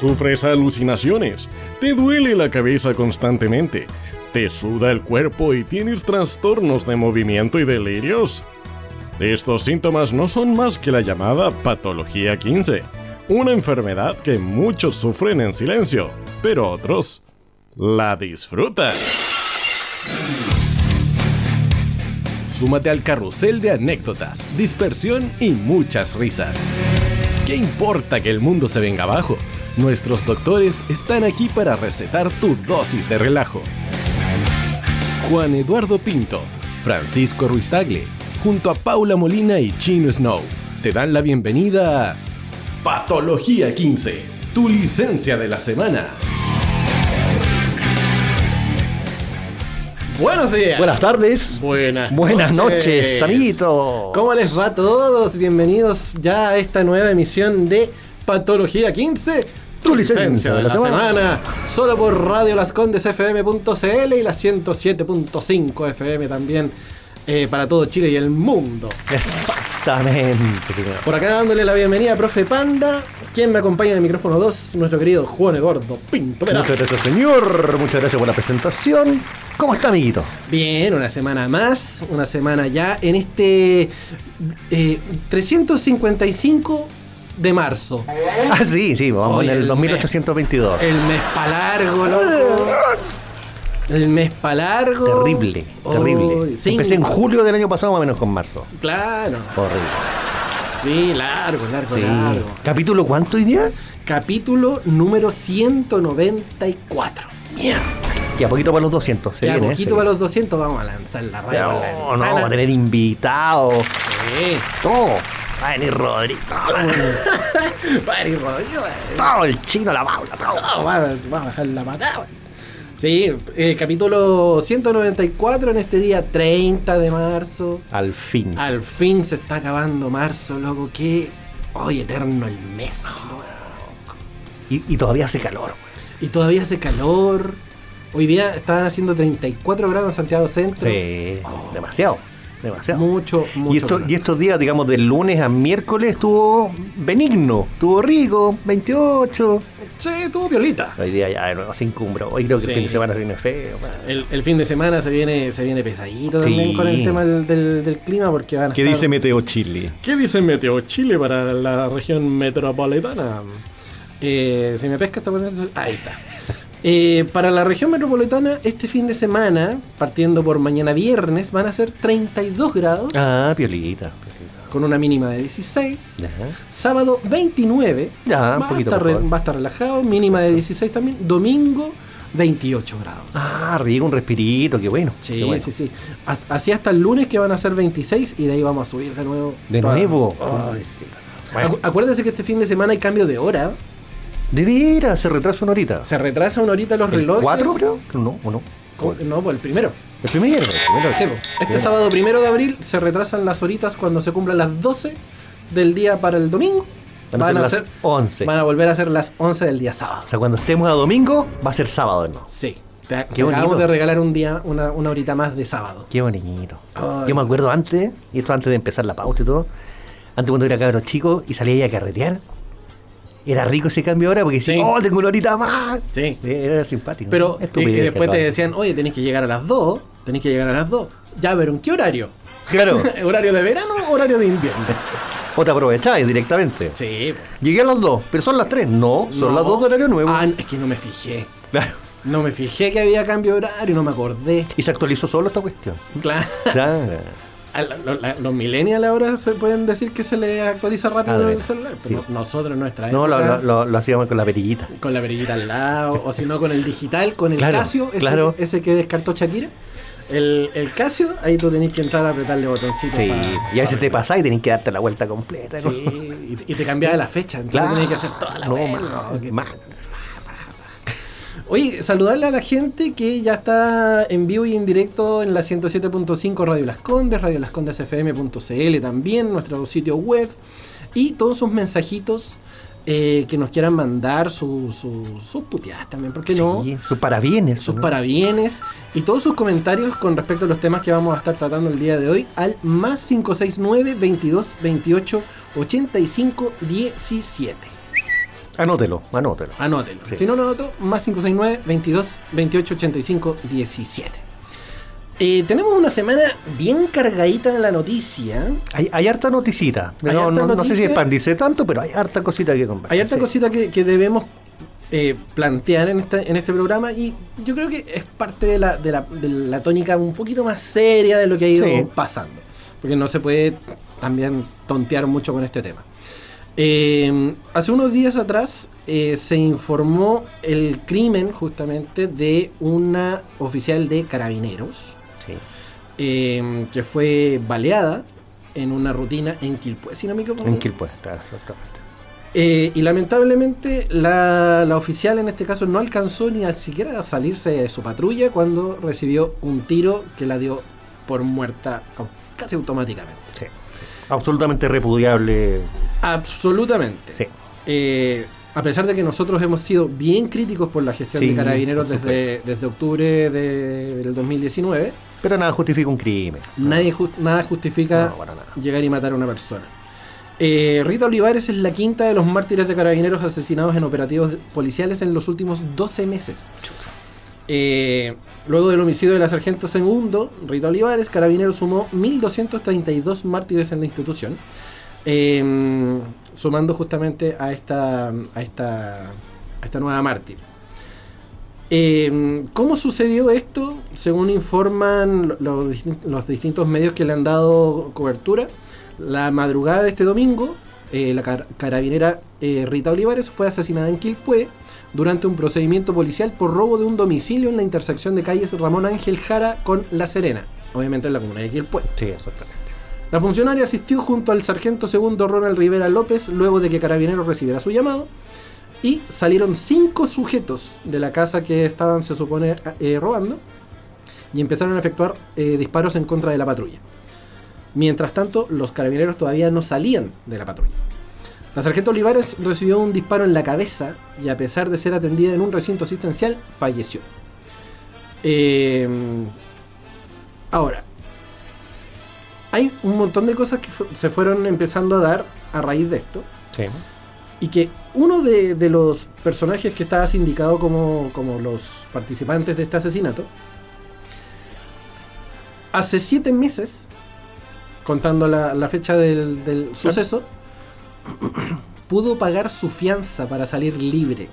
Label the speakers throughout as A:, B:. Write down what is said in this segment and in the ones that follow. A: Sufres alucinaciones, te duele la cabeza constantemente, te suda el cuerpo y tienes trastornos de movimiento y delirios. Estos síntomas no son más que la llamada patología 15, una enfermedad que muchos sufren en silencio, pero otros la disfrutan.
B: Súmate al carrusel de anécdotas, dispersión y muchas risas. ¿Qué importa que el mundo se venga abajo? Nuestros doctores están aquí para recetar tu dosis de relajo. Juan Eduardo Pinto, Francisco Ruiz Tagle, junto a Paula Molina y Chino Snow, te dan la bienvenida a Patología 15, tu licencia de la semana.
C: Buenos días.
D: Buenas tardes.
C: Buenas.
D: Buenas noches, amiguito.
C: ¿Cómo les va a todos? Bienvenidos ya a esta nueva emisión de Patología 15.
D: Tu licencia de la semana.
C: Solo por Radio Las Condes FM.cl y la 107.5 FM también eh, para todo Chile y el mundo.
D: Exactamente, señor.
C: Por acá dándole la bienvenida a Profe Panda, quien me acompaña en el micrófono 2, nuestro querido Juan Eduardo Pinto. Vera.
D: Muchas gracias, señor. Muchas gracias por la presentación. ¿Cómo está, amiguito?
C: Bien, una semana más, una semana ya en este eh, 355 de marzo.
D: Ah, sí, sí, vamos
C: ¿Eh? Oye,
D: en el
C: el
D: 2822.
C: El mes pa' largo, loco. El mes pa' largo.
D: Terrible,
C: Oy,
D: terrible.
C: Oh, sí,
D: Empecé en julio del año pasado, más o menos con marzo.
C: Claro.
D: Horrible.
C: Sí, largo, largo,
D: Sí.
C: largo.
D: ¿Capítulo cuánto hoy día?
C: Capítulo número 194.
D: Mierda. Y a poquito para los 200. Se
C: ya
D: viene,
C: poquito para los 200 vamos a lanzar la radio.
D: No,
C: por la
D: no,
C: ventana.
D: vamos a tener invitados.
C: Sí.
D: Todo. Va a venir Rodrigo.
C: Padre Rodrigo, eh.
D: Todo el chino, la Paula, todo.
C: No, va, va a bajar la patada. Sí, eh, capítulo 194 en este día 30 de marzo.
D: Al fin.
C: Al fin se está acabando marzo, loco. Que hoy eterno el mes. loco.
D: Y, y todavía hace calor. güey.
C: Y todavía hace calor. Hoy día estaban haciendo 34 grados en Santiago Centro.
D: Sí. Oh, Demasiado. Demasiado.
C: Mucho, mucho.
D: y, esto-
C: calor.
D: y estos días, digamos, del lunes a miércoles estuvo benigno, estuvo rico, 28.
C: Sí, tuvo violita.
D: Hoy día ya de nuevo se encumbró. Hoy creo que
C: Sí.
D: el fin de semana se viene feo.
C: El, el fin de semana se viene, se viene pesadito
D: Sí.
C: también con el tema del, del- del clima porque van a estar-
D: Meteo Chile?
C: ¿Qué dice Meteo Chile para la región metropolitana? Eh, si me pesca esta ponerse- Ahí está. Eh, para la región metropolitana, este fin de semana, partiendo por mañana viernes, van a ser 32 grados,
D: Ah, piolita. piolita.
C: con una mínima de 16.
D: Ajá.
C: Sábado 29,
D: Ya,
C: va,
D: un poquito
C: a estar re-
D: mejor.
C: va a estar relajado, mínima de 16 también. Domingo 28 grados.
D: Ah, rico, un respirito, qué bueno.
C: Sí,
D: qué bueno.
C: sí, sí. As- Así hasta el lunes que van a ser 26 y de ahí vamos a subir de nuevo.
D: ¿De
C: Toda-
D: nuevo?
C: Ay, sí.
D: Bueno.
C: Acu- acuérdense que este fin de semana hay cambio de hora.
D: De veras, se retrasa una horita.
C: Se retrasa una horita los
D: ¿El
C: relojes.
D: ¿Cuatro, creo? No, o no.
C: ¿Cómo? No, pues el primero.
D: El primero, el primero.
C: Sí, po. Este sábado primero de abril se retrasan las horitas cuando se cumplan las 12 del día para el domingo.
D: Van a ser las 11.
C: Van a volver a ser las 11 del día
D: O
C: sábado.
D: sea, cuando estemos a domingo, va a ser sábado, ¿no?
C: Sí. Te,
D: Qué
C: te acabamos
D: bonito.
C: de regalar un día, una, una horita más de sábado.
D: Qué bonito.
C: Ay.
D: Yo me acuerdo antes, y esto antes de empezar la pauta y todo, antes cuando era cabro chico y salía ahí a carretear, era rico ese cambio ahora porque decía,
C: Sí.
D: oh, tengo una horita más.
C: Sí.
D: Era simpático.
C: Pero y-
D: Estupidez,
C: y después te
D: perdón.
C: decían, oye, tenés que llegar a las 2, tenés que llegar a las 2. Ya, pero ¿en qué horario?
D: Claro,
C: ¿Horario de verano o horario de invierno?
D: o te aprovecháis directamente.
C: Sí.
D: Llegué a las dos, pero son las tres. No, son
C: No.
D: las dos de horario nuevo.
C: Ah, es que no me fijé.
D: Claro.
C: No me fijé que había cambio de horario, no me acordé.
D: Y se actualizó solo esta cuestión.
C: Claro.
D: Claro.
C: A la- lo- la- los millennials ahora se pueden decir que se les actualiza
D: Ah, de
C: rápido el
D: veras.
C: celular.
D: Sí.
C: Pero Nosotros, nuestra
D: No, lo,
C: época,
D: lo- lo- lo hacíamos con la perillita.
C: con la perillita al lado, o si no con el digital, con el
D: Claro,
C: Casio, ese,
D: claro.
C: ese que descartó Shakira. El, el Casio, ahí tú tenés que entrar a apretarle botoncito.
D: Sí.
C: pa-
D: Y a veces
C: pa-
D: te pasa y tenés que darte la vuelta completa. ¿no?
C: Ah. Sí, y, y te cambiaba la fecha, entonces tenías que hacer toda la
D: No,
C: wea,
D: más,
C: ¿no? Que-
D: más.
C: Oye, saludarle a la gente que ya está en vivo y en directo en la 107.5 Radio Las Condes, Radio Las Condes FM.cl también, nuestro sitio web y todos sus mensajitos eh, que nos quieran mandar, su- su- sus puteadas también, ¿por qué no?
D: Sí, sus parabienes.
C: Sus
D: ¿no?
C: parabienes y todos sus comentarios con respecto a los temas que vamos a estar tratando el día de hoy al más 569 22 28 85 17.
D: Anótelo, anótelo.
C: Anótelo.
D: Sí.
C: Si no lo anotó, más 569 22 28 85 17. Eh, tenemos una semana bien cargadita de la noticia.
D: Hay, hay harta noticita.
C: Hay
D: no,
C: harta
D: no- no sé si
C: noticia.
D: el pan dice tanto, pero hay harta cosita que conversar.
C: Hay harta
D: sí.
C: cosita que, que debemos eh, plantear en este, en este programa y yo creo que es parte de la, de la, de la tónica un poquito más seria de lo que ha ido
D: Sí.
C: pasando. Porque no se puede también tontear mucho con este tema. Eh, hace unos días atrás eh, se informó el crimen justamente de una oficial de carabineros
D: Sí.
C: eh, que fue baleada en una rutina en Quilpué, si no me equivoco.
D: En Quilpué, claro, exactamente.
C: Eh, y lamentablemente la, la oficial en este caso no alcanzó ni a siquiera a salirse de su patrulla cuando recibió un tiro que la dio por muerta au- casi automáticamente.
D: Sí. Absolutamente repudiable.
C: Absolutamente.
D: Sí.
C: Eh, a pesar de que nosotros hemos sido bien críticos por la gestión
D: Sí,
C: de carabineros
D: por
C: desde, desde octubre de- del 2019,
D: Pero nada justifica un crimen.
C: nadie ju- nada justifica
D: No, para nada.
C: llegar y matar a una persona. Eh, Rita Olivares es la quinta de los mártires de carabineros asesinados en operativos policiales en los últimos 12 meses. Eh, luego del homicidio de la sargento segundo, Rita Olivares, Carabineros sumó 1.232 mártires en la institución, eh, sumando justamente a esta, a esta, a esta nueva mártir. Eh, ¿Cómo sucedió esto? Según informan lo- los, distin- los distintos medios que le han dado cobertura, la madrugada de este domingo, eh, la car- carabinera eh, Rita Olivares fue asesinada en Quilpué durante un procedimiento policial por robo de un domicilio en la intersección de calles Ramón Ángel Jara con La Serena, obviamente en la comuna de Quilpué.
D: Sí, exactamente.
C: La funcionaria asistió junto al sargento segundo Ronald Rivera López luego de que Carabineros recibiera su llamado y salieron cinco sujetos de la casa que estaban, se supone, a- eh, robando y empezaron a efectuar eh, disparos en contra de la patrulla. Mientras tanto, los carabineros todavía no salían de la patrulla. La sargento Olivares recibió un disparo en la cabeza y a pesar de ser atendida en un recinto asistencial, falleció. Eh, ahora, hay un montón de cosas que fu- se fueron empezando a dar a raíz de esto.
D: Sí.
C: Y que uno de, de los personajes que estaba sindicado como, como los participantes de este asesinato, hace siete meses, contando la, la fecha del, del suceso, pudo pagar su fianza para salir libre.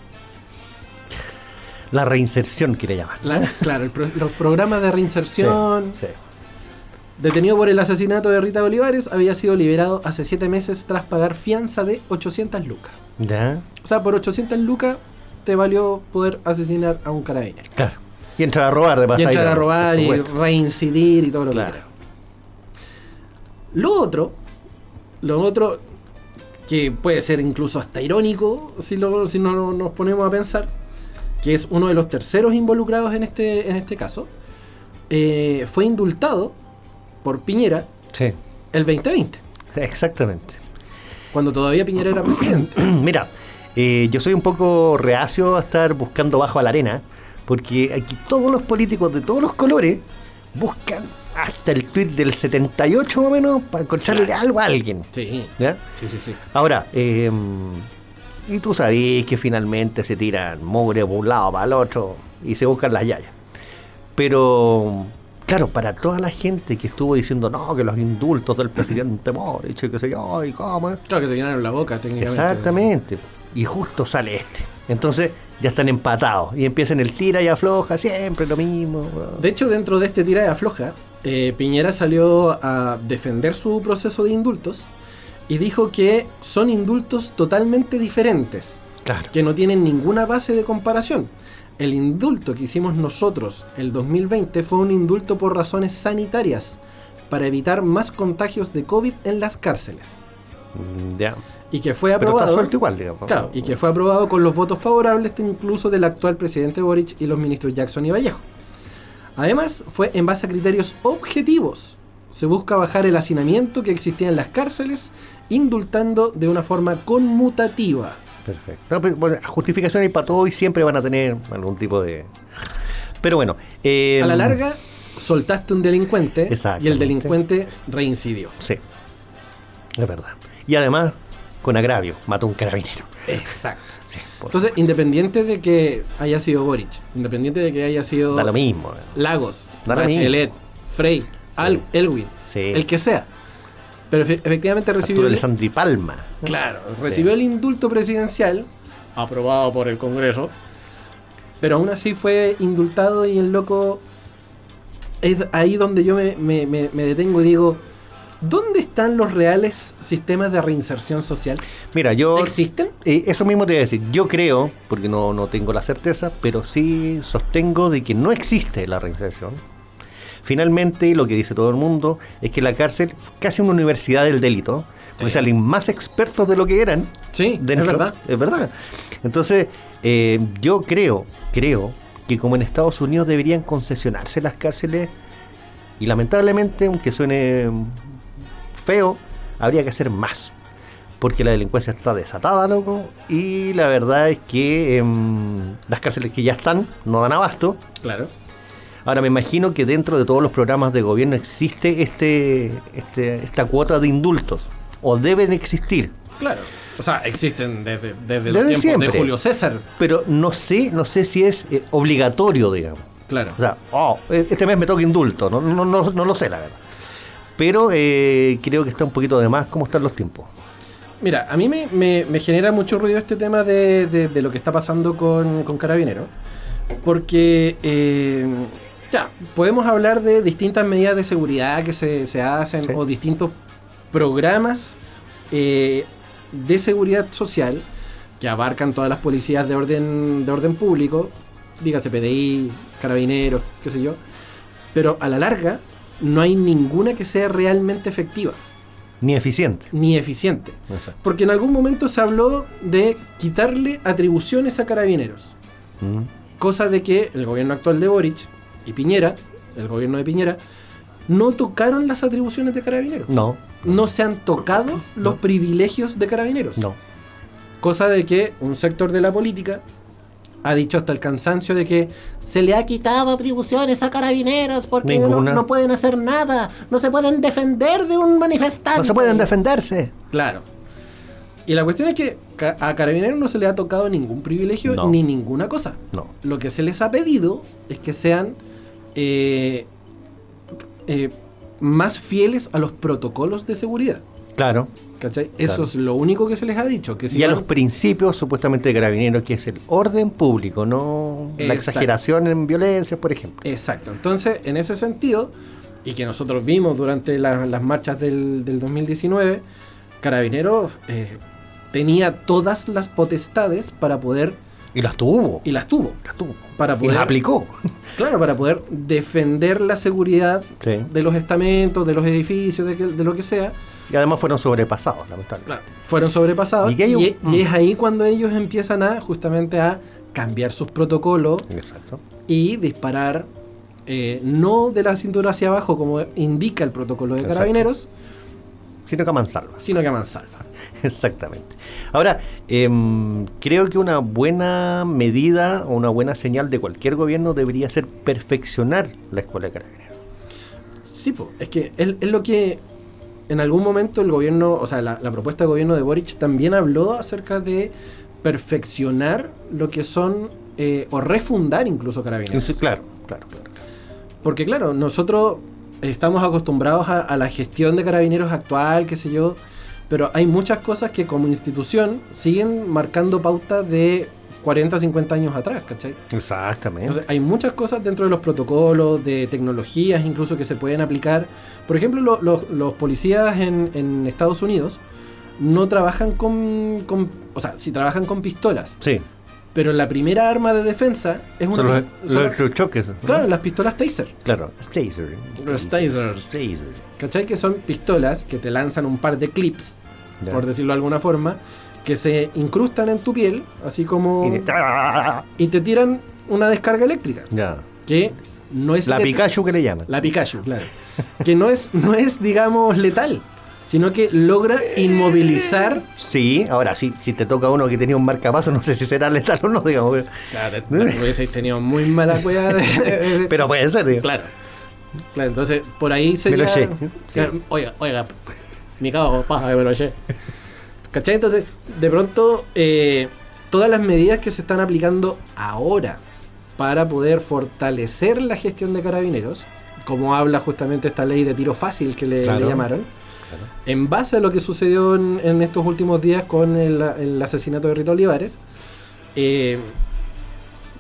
D: La reinserción quiere llamar.
C: La- claro, el pro- los programas de reinserción,
D: Sí.
C: Detenido por el asesinato de Rita Olivares, había sido liberado hace 7 meses tras pagar fianza de 800 lucas.
D: Ya.
C: O sea, por 800 lucas te valió poder asesinar a un carabinero.
D: Claro. Y entrar a robar de
C: Y
D: pasada.
C: entrar a
D: por
C: robar y
D: supuesto.
C: reincidir y todo lo que
D: Claro.
C: quiera. Lo otro, lo otro que puede ser incluso hasta irónico si, lo- si no lo- nos ponemos a pensar, que es uno de los terceros involucrados en este, en este caso, eh, fue indultado por Piñera
D: Sí.
C: el 2020.
D: Exactamente.
C: cuando todavía Piñera era presidente.
D: Mira, eh, yo soy un poco reacio a estar buscando bajo a la arena, porque aquí todos los políticos de todos los colores buscan hasta el tweet del 78 más o menos para encontrarle algo a alguien.
C: Sí,
D: ¿ya?
C: sí, sí, sí.
D: Ahora, eh, y tú sabés que finalmente se tiran mugre por un lado para el otro y se buscan las yayas. Pero, claro, para toda la gente que estuvo diciendo no, que los indultos del presidente Morich y qué sé yo, y cómo. eh".
C: Claro que se llenaron la boca técnicamente.
D: Exactamente. Y justo sale este. Entonces ya están empatados y empiezan el tira y afloja, siempre lo mismo. weón.
C: De hecho, dentro de este tira y afloja, eh, Piñera salió a defender su proceso de indultos y dijo que son indultos totalmente diferentes,
D: claro.
C: que no tienen ninguna base de comparación. El indulto que hicimos nosotros el 2020 fue un indulto por razones sanitarias para evitar más contagios de COVID en las cárceles
D: Mm, Ya.
C: y que fue
D: Pero está
C: aprobado
D: suelto igual, digamos.
C: Claro, y que fue aprobado con los votos favorables de incluso del actual presidente Boric y los ministros Jackson y Vallejo. Además, fue en base a criterios objetivos. Se busca bajar el hacinamiento que existía en las cárceles, indultando de una forma conmutativa.
D: Perfecto. No, pero, bueno, justificaciones para todo y siempre van a tener algún tipo de. Pero bueno. eh,
C: A la larga, soltaste un delincuente y el
D: Exactamente.
C: delincuente reincidió.
D: Sí. Es verdad. Y además, con agravio, mató a un carabinero.
C: Exacto.
D: Sí, pues, por-
C: Entonces, independiente de que haya sido Boric, independiente de que haya sido
D: da lo mismo. eh.
C: Lagos,
D: Da lo mismo.
C: Bachelet, Frey, Al- Elwin,
D: Sí.
C: el que sea. Pero efe- efectivamente recibió
D: Arturo
C: el,
D: Alessandri Palma.
C: claro, recibió el indulto presidencial aprobado por el Congreso, pero aún así fue indultado y el loco es ahí donde yo me, me- me- me detengo y digo, ¿dónde están los reales sistemas de reinserción social?
D: Mira, yo.
C: ¿Existen?
D: Eh, eso mismo te iba a decir. Yo creo, porque no, no tengo la certeza, pero sí sostengo de que no existe la reinserción. Finalmente, lo que dice todo el mundo es que la cárcel casi una universidad del delito, porque salen más expertos de lo que eran.
C: Sí,
D: dentro.
C: es verdad.
D: Es verdad. Entonces, eh, yo creo, creo que como en Estados Unidos deberían concesionarse las cárceles y lamentablemente, aunque suene mm, feo, habría que hacer más. Porque la delincuencia está desatada, loco. Y la verdad es que em, las cárceles que ya están no dan abasto.
C: Claro.
D: Ahora me imagino que dentro de todos los programas de gobierno existe este, este, esta cuota de indultos. O deben existir.
C: Claro. O sea, existen desde, desde los
D: Desde
C: tiempos de
D: siempre.
C: Julio César.
D: Pero no sé, no sé si es eh, obligatorio, digamos.
C: Claro.
D: O sea, oh, eh, este mes me toca indulto. No, no, no, no lo sé, la verdad. Pero eh, creo que está un poquito de más cómo están los tiempos.
C: Mira, a mí me, me- me genera mucho ruido este tema de, de- de lo que está pasando con, con Carabinero. Porque, eh, ya, podemos hablar de distintas medidas de seguridad que se, se hacen
D: Sí.
C: o distintos programas eh, de seguridad social que abarcan todas las policías de orden, de orden público, dígase PDI, carabineros, qué sé yo. Pero a la larga, no hay ninguna que sea realmente efectiva
D: Ni eficiente.
C: ni eficiente.
D: Exacto.
C: Porque en algún momento se habló de quitarle atribuciones a carabineros.
D: Mm.
C: Cosa de que el gobierno actual de Boric y Piñera, el gobierno de Piñera, no tocaron las atribuciones de carabineros.
D: No,
C: No se han tocado los
D: No.
C: privilegios de carabineros.
D: no.
C: Cosa de que un sector de la política ha dicho hasta el cansancio de que se le ha quitado atribuciones a carabineros porque no,
D: Ninguna.
C: no pueden hacer nada, no se pueden defender de un manifestante.
D: No se pueden defenderse.
C: Claro. Y la cuestión es que ca- a Carabineros no se le ha tocado ningún privilegio
D: No.
C: ni ninguna cosa.
D: No.
C: Lo que se les ha pedido es que sean eh, eh, más fieles a los protocolos de seguridad.
D: Claro.
C: ¿Cachai? Eso
D: Claro.
C: es lo único que se les ha dicho. Que si
D: y a
C: van-
D: los principios supuestamente de carabineros, que es el orden público, no la
C: Exacto.
D: exageración en violencia, por ejemplo.
C: Exacto. Entonces, en ese sentido, y que nosotros vimos durante la- las marchas del, del 2019, Carabineros eh, tenía todas las potestades para poder,
D: Y las tuvo.
C: y las tuvo,
D: las tuvo.
C: para
D: Y
C: poder
D: las aplicó.
C: Claro, para poder defender la seguridad
D: Sí.
C: de los estamentos, de los edificios, de, que- de lo que sea,
D: Y además fueron sobrepasados, lamentablemente.
C: fueron sobrepasados.
D: Y
C: Y,
D: que hay un-
C: y es ahí cuando ellos empiezan a justamente a cambiar sus protocolos
D: Exacto.
C: y disparar eh, no de la cintura hacia abajo como indica el protocolo de
D: Exacto.
C: carabineros,
D: Sino que a mansalva.
C: sino que a mansalva.
D: Exactamente. Ahora, em, creo que una buena medida o una buena señal de cualquier gobierno debería ser perfeccionar la escuela de carabineros.
C: Sí, po, es que es, es lo que en algún momento el gobierno, o sea, la, la propuesta de gobierno de Boric también habló acerca de perfeccionar lo que son, eh, o refundar incluso carabineros.
D: Sí, Claro, claro, claro.
C: Porque claro, nosotros estamos acostumbrados a, a la gestión de carabineros actual, qué sé yo, pero hay muchas cosas que como institución siguen marcando pautas de 40, 50 años atrás, ¿cachai?
D: Exactamente.
C: Entonces, hay muchas cosas dentro de los protocolos, de tecnologías incluso que se pueden aplicar. Por ejemplo, lo- lo- los policías en, en Estados Unidos no trabajan con, con- O sea, sí trabajan con pistolas,
D: sí.
C: pero la primera arma de defensa es una.
D: Son los,
C: pist- son
D: los
C: las-
D: electrochoques, ¿no?
C: claro, las pistolas Taser.
D: Claro, Taser.
C: Los tasers.
D: Taser.
C: ¿Cachai? Que son pistolas que te lanzan un par de clips,
D: Ya.
C: por decirlo de alguna forma, que se incrustan en tu piel, así como.
D: Y de- ¡Ah!
C: Y te tiran una descarga eléctrica,
D: Ya.
C: que no es.
D: La
C: letal.
D: Pikachu que le llaman.
C: La Pikachu, claro. Que no es, no es, digamos, letal, sino que logra inmovilizar.
D: Sí, ahora sí, si te toca uno que tenía un marcapaso, no sé si será letal o no, digamos.
C: Claro, hubieseis tenido muy mala cueva
D: Pero puede ser, digo.
C: claro. Claro, entonces por ahí
D: Me
C: sería.
D: lo eché, sí.
C: Claro, Oiga, oiga, mi cago, paja de me lo eché. ¿Cachai? Entonces, de pronto, eh, todas las medidas que se están aplicando ahora para poder fortalecer la gestión de carabineros, como habla justamente esta ley de tiro fácil que le,
D: Claro.
C: le llamaron, en base a lo que sucedió en, en estos últimos días con el, el asesinato de Rita Olivares, eh,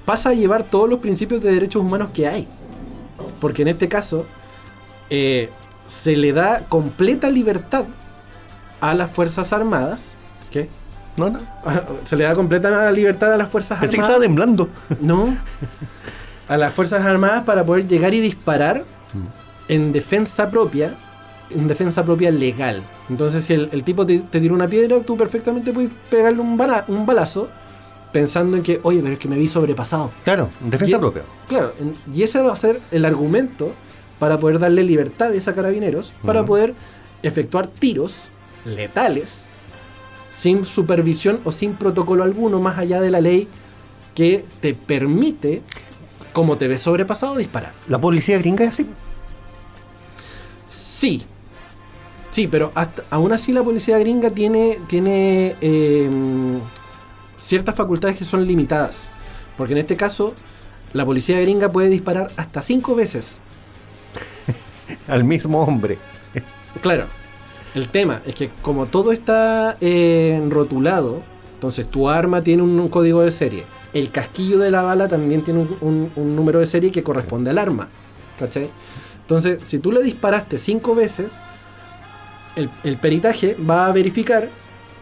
C: pasa a llevar todos los principios de derechos humanos que hay. Porque en este caso eh, se le da completa libertad a las Fuerzas Armadas. ¿Qué?
D: No, no.
C: Se le da completa libertad a las Fuerzas
D: Pensé que estaba
C: Armadas.
D: temblando.
C: No. A las Fuerzas Armadas para poder llegar y disparar
D: Mm.
C: en defensa propia, en defensa propia legal. Entonces, si el, el tipo te, te tiró una piedra, tú perfectamente puedes pegarle un, bala- un balazo pensando en que, oye, pero es que me vi sobrepasado.
D: Claro, en defensa
C: Y-
D: propia.
C: Claro, en- y ese va a ser el argumento para poder darle libertades a carabineros, para
D: Ujú.
C: poder efectuar tiros letales sin supervisión o sin protocolo alguno más allá de la ley que te permite, como te ves sobrepasado, disparar.
D: La policía gringa es así.
C: Sí. Sí, pero hasta- aún así la policía gringa tiene, tiene eh, ciertas facultades que son limitadas. Porque en este caso, la policía gringa puede disparar hasta cinco veces.
D: Al mismo hombre.
C: Claro. El tema es que como todo está eh, rotulado, entonces tu arma tiene un, un código de serie. El casquillo de la bala también tiene un, un- un número de serie que corresponde al arma. ¿Cachai? Entonces, si tú le disparaste cinco veces, el, el peritaje va a verificar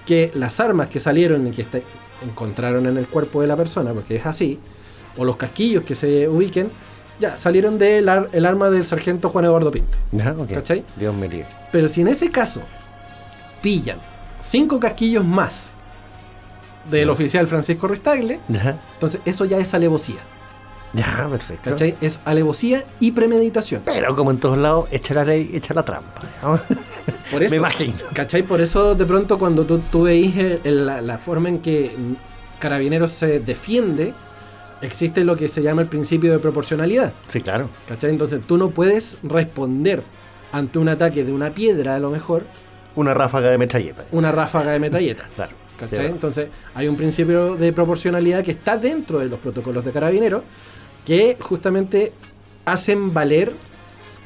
C: que las armas que salieron y que este- encontraron en el cuerpo de la persona, porque es así, o los casquillos que se ubiquen, ya salieron del ar- el arma del sargento Juan Eduardo Pinto.
D: Ya, ok.
C: ¿Cachai?
D: Dios me libre.
C: Pero si en ese caso pillan cinco casquillos más del oficial Francisco Ruistagle,
D: Ya,
C: entonces eso ya es alevosía.
D: ya, perfecto.
C: ¿Cachai? Es alevosía y premeditación.
D: Pero como en todos lados, echa la ley, echa la trampa. ¿no?
C: Por eso,
D: Me imagino.
C: ¿Cachai? Por eso de pronto cuando tú, tú veis el- el- la, la forma en que Carabineros se defiende, existe lo que se llama el principio de proporcionalidad.
D: Sí, claro.
C: ¿Cachai? Entonces tú no puedes responder ante un ataque de una piedra, a lo mejor,
D: Una ráfaga de metralleta.
C: una ráfaga de metralleta.
D: Claro.
C: ¿Cachai?
D: Sí,
C: Entonces, hay un principio de proporcionalidad que está dentro de los protocolos de carabineros que justamente hacen valer,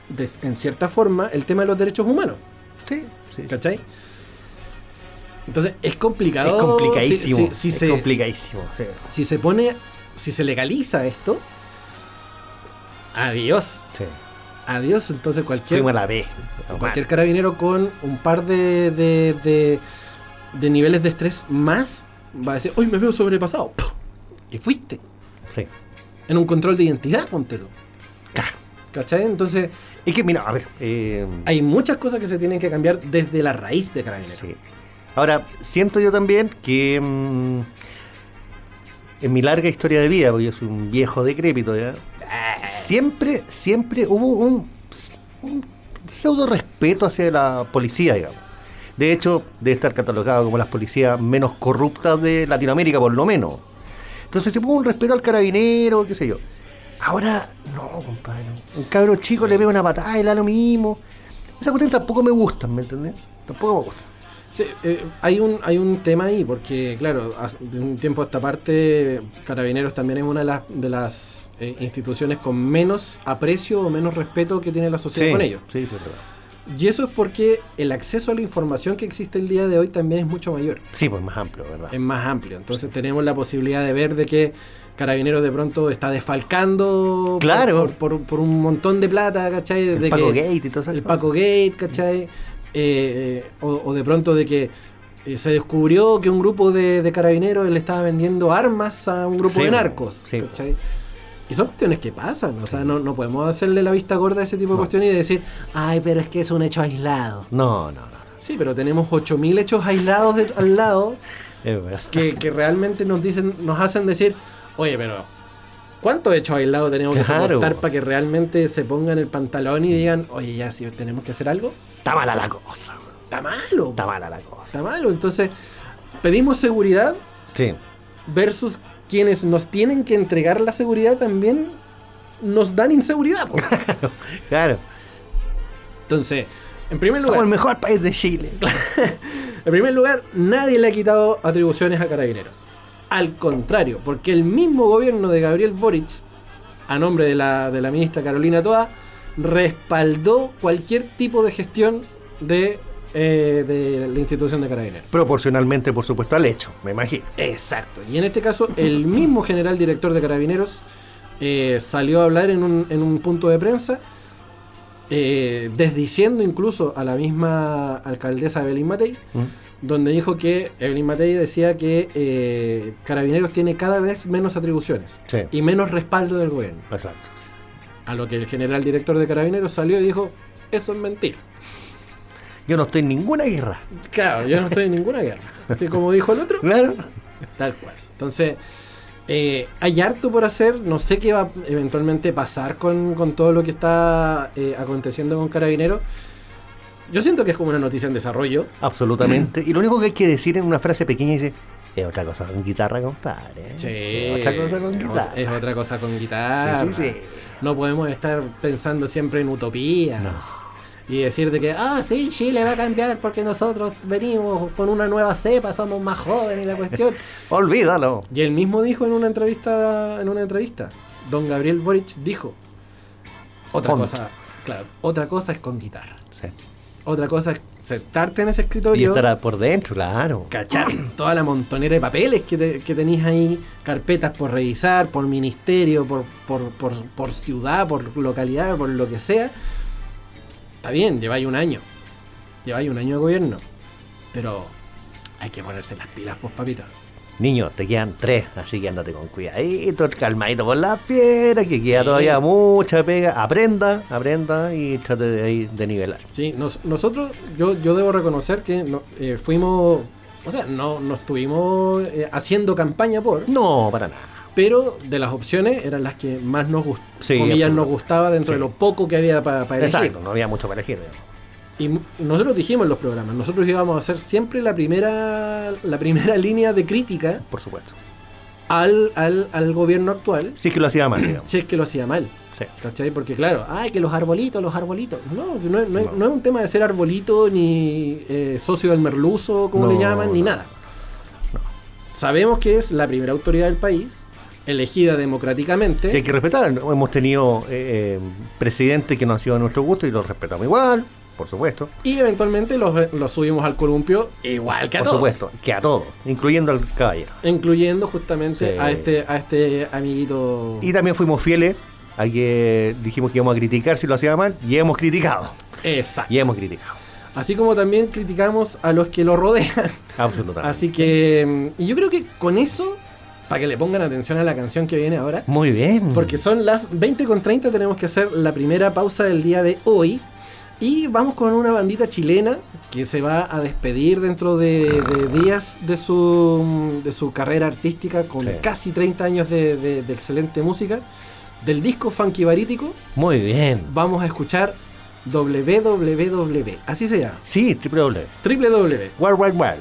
C: de- en cierta forma, el tema de los derechos humanos.
D: Sí, sí, sí.
C: ¿Cachai? Entonces, es
D: Es
C: complicado.
D: Oh, complicadísimo.
C: Si, si- si
D: es
C: se,
D: complicadísimo. sí.
C: si se pone. Si se legaliza esto. Adiós.
D: Sí.
C: Adiós. Entonces, cualquier.
D: Fuimos a la B.
C: Cualquier carabinero con un par de, de, de- de niveles de estrés más va a decir, hoy me veo sobrepasado. ¡Puf! Y fuiste.
D: Sí.
C: En un control de identidad, póntelo.
D: Claro.
C: ¿Cachai? Entonces,
D: Es que, mira, a ver. eh,
C: hay muchas cosas que se tienen que cambiar desde la raíz de carabinero.
D: sí. Ahora, siento yo también que. mm, en mi larga historia de vida, porque yo soy un viejo decrépito ya, siempre, siempre hubo un, un pseudo respeto hacia la policía, digamos. De hecho, debe estar catalogado como las policías menos corruptas de Latinoamérica, por lo menos. Entonces se puso un respeto al carabinero, qué sé yo. Ahora, no, compadre. Un cabro chico le pega una patada y le da lo mismo. Esas cuestiones tampoco me gustan, ¿me entendés? Tampoco me gustan.
C: Sí, eh, hay, un, hay un tema ahí, porque claro, hace- de un tiempo a esta parte, Carabineros también es una de las, de las eh, instituciones con menos aprecio o menos respeto que tiene la sociedad con ellos.
D: Sí, sí, es verdad.
C: Y eso es porque el acceso a la información que existe el día de hoy también es mucho mayor,
D: Sí, pues más amplio, ¿verdad?
C: es más amplio. Entonces tenemos la posibilidad de ver de que Carabineros de pronto está desfalcando por-
D: Claro.
C: por, por- por un montón de plata, ¿cachai?
D: El
C: De
D: Paco
C: que-
D: Gate y todo eso.
C: el Paco Gate, ¿cachai? Eh, eh, o, o de pronto de que eh, se descubrió que un grupo de, de carabineros le estaba vendiendo armas a un grupo
D: Sí,
C: de
D: po.
C: narcos,
D: Sí, po.
C: ¿cachai? Y son cuestiones que pasan, o sea, no, no podemos hacerle la vista gorda a ese tipo de cuestiones y decir, ay, pero es que es un hecho aislado.
D: No, no, no.
C: Sí, pero tenemos 8.000 hechos aislados de- al lado
D: Es verdad.
C: que, que realmente nos dicen, nos hacen decir, oye, pero ¿cuántos hechos aislados tenemos que
D: Claro.
C: soportar para que realmente se pongan el pantalón y digan, oye, ya, si tenemos que hacer algo?
D: Está mala la cosa.
C: está malo.
D: Está mala la cosa.
C: Está malo. Entonces, pedimos seguridad
D: Sí.
C: versus quienes nos tienen que entregar la seguridad también nos dan inseguridad. po.
D: Claro.
C: Entonces, en primer
D: Somos
C: lugar,
D: el mejor país de Chile.
C: En primer lugar, nadie le ha quitado atribuciones a carabineros. Al contrario, porque el mismo gobierno de Gabriel Boric, a nombre de la, de la ministra Carolina Toa, respaldó cualquier tipo de gestión de, eh, de la institución de carabineros.
D: Proporcionalmente, por supuesto, al hecho, me imagino.
C: Exacto. Y en este caso, el mismo general director de Carabineros eh, salió a hablar en un, en un punto de prensa, eh, desdiciendo incluso a la misma alcaldesa Evelyn Matei,
D: Mm.
C: donde dijo que Evelyn Matei decía que eh, Carabineros tiene cada vez menos atribuciones
D: Sí.
C: y menos respaldo del gobierno.
D: Exacto.
C: A lo que el general director de Carabineros salió y dijo, eso es mentira.
D: Yo no estoy en ninguna guerra.
C: Claro, yo no estoy en ninguna guerra. Así como dijo el otro,
D: Claro.
C: Tal cual. Entonces, eh, hay harto por hacer. No sé qué va a eventualmente pasar con, con todo lo que está eh, aconteciendo con Carabineros. Yo siento que es como una noticia en desarrollo.
D: Absolutamente. Y lo único que hay que decir en una frase pequeña dice: Es otra cosa con guitarra, compadre. ¿eh? Es otra cosa con
C: es
D: guitarra.
C: ot- Es otra cosa con guitarra.
D: Sí, sí, sí.
C: No podemos estar pensando siempre en utopías. Y decirte que, ah, sí, Chile va a cambiar porque nosotros venimos con una nueva cepa, somos más jóvenes y la cuestión.
D: Olvídalo.
C: Y él mismo dijo en una entrevista, en una entrevista, don Gabriel Boric dijo, otra
D: Font.
C: cosa, claro, otra cosa es con guitarra,
D: Sí.
C: otra cosa es sentarte en ese
D: Y
C: escritorio,
D: estará por dentro, claro.
C: cachar toda la montonera de papeles que, te- que tenéis ahí, carpetas por revisar, por ministerio, por, por, por- por ciudad, por localidad, por lo que sea. Está bien, lleváis un año, lleváis un año de gobierno, pero hay que ponerse las pilas, pues papito.
D: Niño, te quedan tres, así que ándate con cuidadito, calmadito por las piedras, que queda todavía mucha pega. Aprenda, aprenda y trate de, ahí de nivelar.
C: Sí, nos- nosotros, yo, yo debo reconocer que no- eh, fuimos, o sea, no, no estuvimos eh, haciendo campaña por,
D: No, para nada.
C: pero de las opciones eran las que más nos, gust-
D: Sí,
C: comillas, nos
D: absolutamente.
C: gustaba dentro de
D: Sí.
C: lo poco que había para elegir.
D: Exacto, no había mucho para elegir. digamos.
C: Y m- y nosotros dijimos en los programas, nosotros íbamos a hacer siempre la primera, la primera línea de crítica
D: Por supuesto.
C: al, al, al gobierno actual,
D: Sí que lo hacía mal, digamos.
C: si es que lo hacía mal.
D: Sí.
C: ¿Cachai? Porque claro, ay, que los arbolitos, los arbolitos. No, si no, es- no es- no es un tema de ser arbolito ni eh, socio del merluzo, como le
D: No,
C: llaman, ni
D: no,
C: nada. Sabemos que es la primera autoridad del país, elegida democráticamente.
D: Y hay que respetar. Hemos tenido eh, eh, presidentes que no han sido a nuestro gusto y los respetamos igual, por supuesto.
C: Y eventualmente los, los subimos al columpio, igual que a
D: Por
C: todos.
D: supuesto, que a todos, incluyendo al caballero.
C: Incluyendo justamente
D: Sí.
C: a este a este amiguito.
D: Y también fuimos fieles a que dijimos que íbamos a criticar si lo hacía mal y hemos criticado.
C: Exacto.
D: Y hemos criticado.
C: Así como también criticamos a los que lo rodean.
D: Absolutamente.
C: Así que. mm, Y yo creo que con eso, para que le pongan atención a la canción que viene ahora.
D: Muy bien.
C: Porque son las 20 con 30, tenemos que hacer la primera pausa del día de hoy. Y vamos con una bandita chilena que se va a despedir dentro de, de días de su, de su carrera artística con
D: Sí.
C: casi 30 años de, de- de excelente música. Del disco Funky Barítico
D: Muy bien.
C: vamos a escuchar WWW. Así se llama.
D: Sí, triple W.
C: www.
D: War, war, war.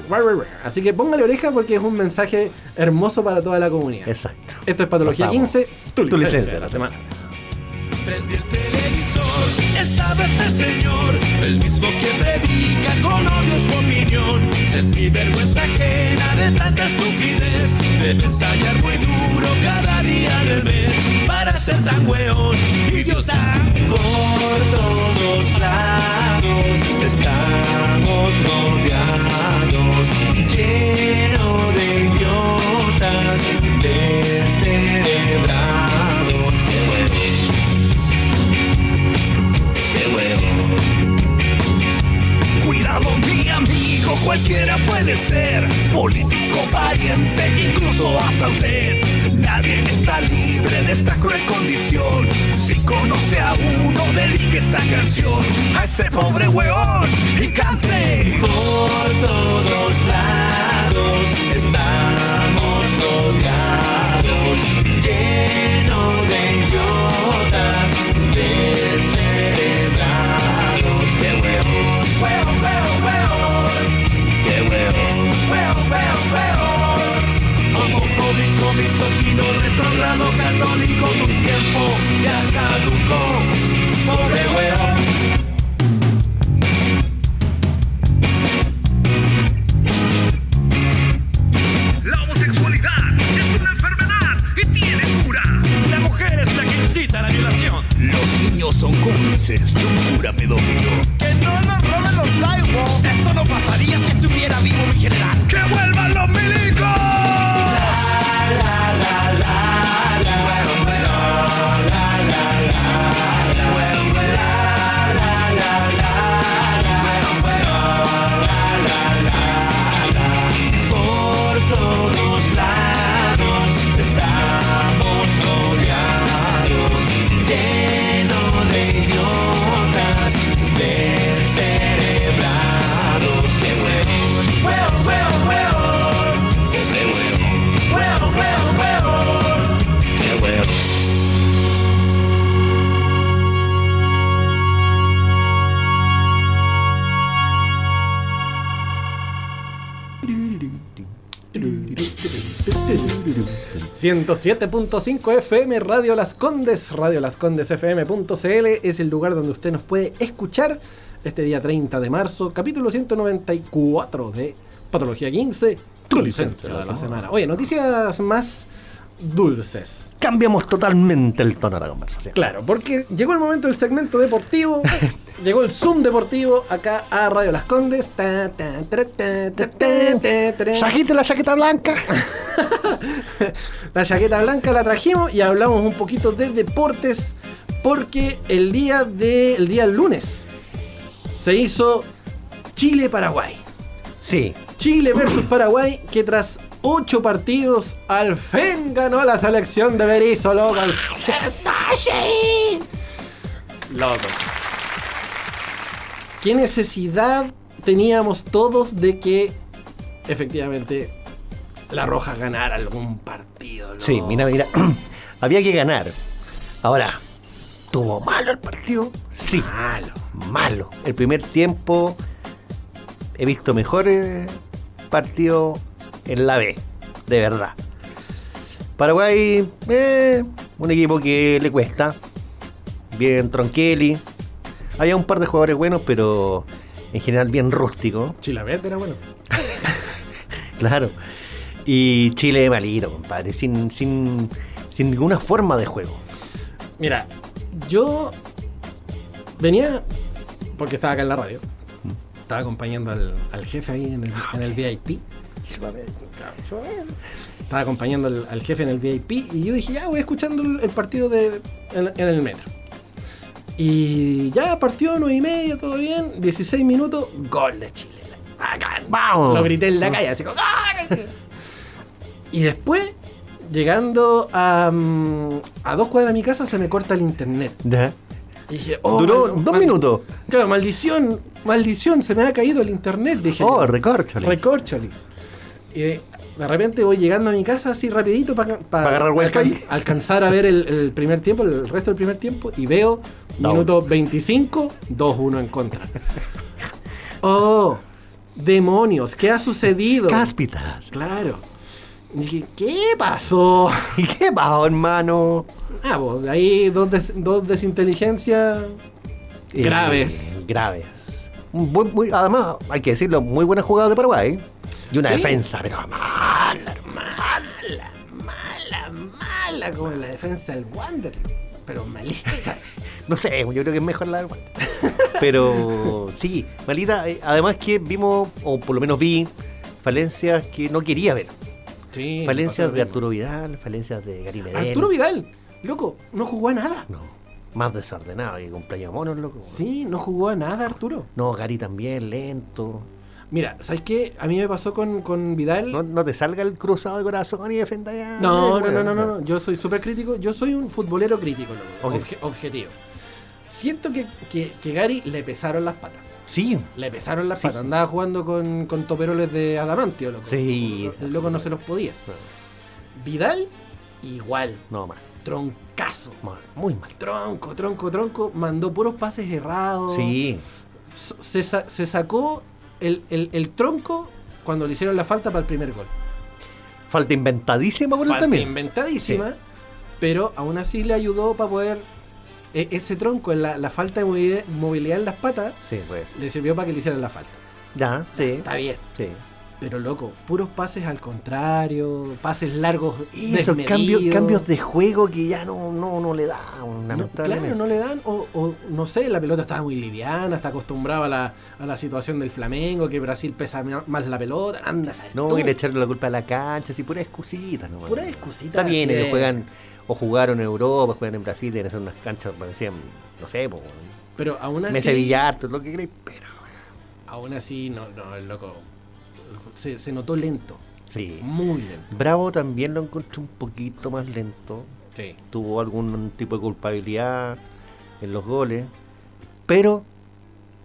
C: Así que póngale oreja porque es un mensaje hermoso para toda la comunidad.
D: Exacto.
C: Esto es Patología
D: Pasamos.
C: 15, tu,
D: Tu
C: licencia de la semana.
E: Prendí el televisor, estaba este señor, el mismo que predica con odio su opinión. Sentí vergüenza ajena de tanta estupidez, de ensayar muy duro cada día del mes para ser tan weón, idiota. Por todos lados estamos rodeados, lleno de idiotas, descerebrados. Qué huevo. ¡Qué huevo! Cuidado mi amigo, cualquiera puede ser Político, pariente, incluso hasta usted Nadie está libre de esta cruel condición Si conoce a uno, dedique esta canción A ese pobre hueón y cante Por todos lados estamos rodeados Lleno de idiotas descerebrados ¡Qué huevo! ¡Huevo, huevo, huevo! ¡Qué huevo! ¡Huevo, huevo, huevo! Homofóbico, misógino, retrogrado, católico Tu tiempo ya caducó ¡Pobre huevo!
F: todos son cómplices de un cura pedófilo.
E: Que no nos roben los daibos. Esto no pasaría si estuviera vivo mi general.
F: ¡Que vuelvan los milicos! Por todos lados estamos rodeados, lleno de idiotas, de cerebrados. Que hueón, hueón, hueón, hueón. Ese hueón. Hueón, hueón, hueón. Qué hueón.
C: Condes. 107.5 FM Radio Las Condes, radiolascondesfm.cl es el lugar donde usted nos puede escuchar este día 30 de marzo, capítulo 194 de Patología 15, tu licencia de la semana. Oye, noticias más dulces.
D: Cambiamos totalmente el tono de la conversación.
C: Claro, porque llegó el momento del segmento deportivo, llegó el Zoom deportivo acá a Radio Las Condes. Ta, ta, tra, ta, ta, ta, ta, tra.
D: Sajite la chaqueta blanca.
C: La chaqueta blanca la trajimos y hablamos un poquito de deportes porque el día de el día lunes se hizo Chile Paraguay.
D: Sí.
C: Chile versus Paraguay que tras ocho partidos al fin ganó la selección de Berizzo, loco. Al fin. Loco. ¿Qué necesidad teníamos todos de que efectivamente la Roja ganara algún partido? loco?
D: Sí, mira, mira. Había que ganar. Ahora, ¿tuvo malo el partido? Sí. Malo. Malo. El primer tiempo he visto mejores partidos en la B. De verdad. Paraguay, eh, un equipo que le cuesta. Bien Tronquelli. Había un par de jugadores buenos, pero en general bien rústico.
C: Chilavert era bueno.
D: Claro. Y Chile de malito, compadre. Sin, sin, sin ninguna forma de juego.
C: Mira, yo venía porque estaba acá en la radio. Estaba acompañando al, al jefe ahí en el, en el VIP. Estaba acompañando al, al jefe en el VIP y yo dije, ya voy escuchando el, el partido de, en, en el metro. Y ya partió 9 y media, todo bien. 16 minutos, gol de Chile. Acá,
D: ¡Vamos!
C: Lo grité en la calle, así como. "¡Ah!". Y después, llegando a, mm, a dos cuadras de mi casa, se me corta el internet.
D: Ya.
C: Y dije, oh,
D: Duró
C: mal-
D: dos
C: mal-
D: minutos.
C: Claro, maldición, maldición, se me ha caído el internet. Dije,
D: Oh, recorcho.
C: recorcholis. Y de, de repente voy llegando a mi casa así rapidito para
D: Pa agarrar wifi.
C: alcanzar a ver el, el primer tiempo, el resto del primer tiempo, y veo
D: Down.
C: minuto 25, 2-1 en contra. oh, demonios, ¿qué ha sucedido?
D: Cáspitas.
C: Claro. Dije, ¿qué pasó?
D: ¿Y qué pasó, hermano?
C: Ah, pues, de ahí dos, des- dos desinteligencias
D: Eh,
C: graves.
D: graves. Un buen- muy- además, hay que decirlo, muy buena jugada de Paraguay. Y una
C: Sí.
D: defensa, pero mala, mala.
C: Mala, mala, como la defensa del Wander. Pero malita.
D: No sé, yo creo que es mejor la del Wander. Pero sí, malita. eh, Además que vimos, o por lo menos vi, falencias que no quería ver.
C: Sí.
D: Falencias de Arturo Vidal, falencias de Gary Medel.
C: Arturo Vidal, loco, no jugó a nada.
D: No, más desordenado que cumpleaños monos, loco.
C: Sí, no jugó a nada, Arturo.
D: No, Gary también, lento.
C: Mira, ¿sabes qué? A mí me pasó con, con Vidal.
D: No, no te salga el cruzado de corazón y defenda ya.
C: No, no,
D: weón.
C: no, no, no, no. Yo soy súper crítico. Yo soy un futbolero crítico, loco.
D: Ok.
C: obje- objetivo. Siento que, que, que Gary le pesaron las patas.
D: Sí,
C: Le pesaron las
D: Sí.
C: patas. Andaba jugando con, con toperoles de adamantio, loco.
D: Sí. Ah.
C: El loco no se los podía. Vidal, igual.
D: no, mal,
C: Troncazo.
D: mal, muy mal.
C: Tronco, tronco, tronco. Mandó puros pases errados.
D: Sí,
C: S- Se, sa- se sacó el, el- el tronco cuando le hicieron la falta para el primer gol.
D: falta inventadísima por él
C: Falta
D: también.
C: inventadísima, pero aún así le ayudó para poder. e- ese tronco, la, la falta de movili- movilidad en las patas,
D: Sí, pues.
C: le sirvió para que le hicieran la falta.
D: Ya, sí,
C: Está bien.
D: sí.
C: Pero loco, puros pases al contrario, pases largos.
D: Esos cambios,
C: desmedidos.
D: cambios de juego que ya no, no, no le da,
C: No,
D: lamentablemente.
C: claro, no le dan, o, o no sé, la pelota estaba muy liviana, está acostumbrada a la, a la situación del Flamengo, que Brasil pesa ma- más la pelota, anda a saber
D: No,
C: tú.
D: y le echaron la culpa a la cancha, así pura excusita nomás.
C: Puras excusitas
D: Está bien,
C: así
D: ellos
C: de-
D: juegan o jugaron en Europa, juegan en Brasil, deben hacer unas canchas, parecían, no sé, po,
C: Pero aún así.
D: mesa de billar, todo lo que crees, pero
C: Aún así, no, no, el loco. Se, se notó lento,
D: sí.
C: muy lento.
D: Bravo también lo encontré un poquito más lento,
C: Sí.
D: tuvo algún tipo de culpabilidad en los goles, pero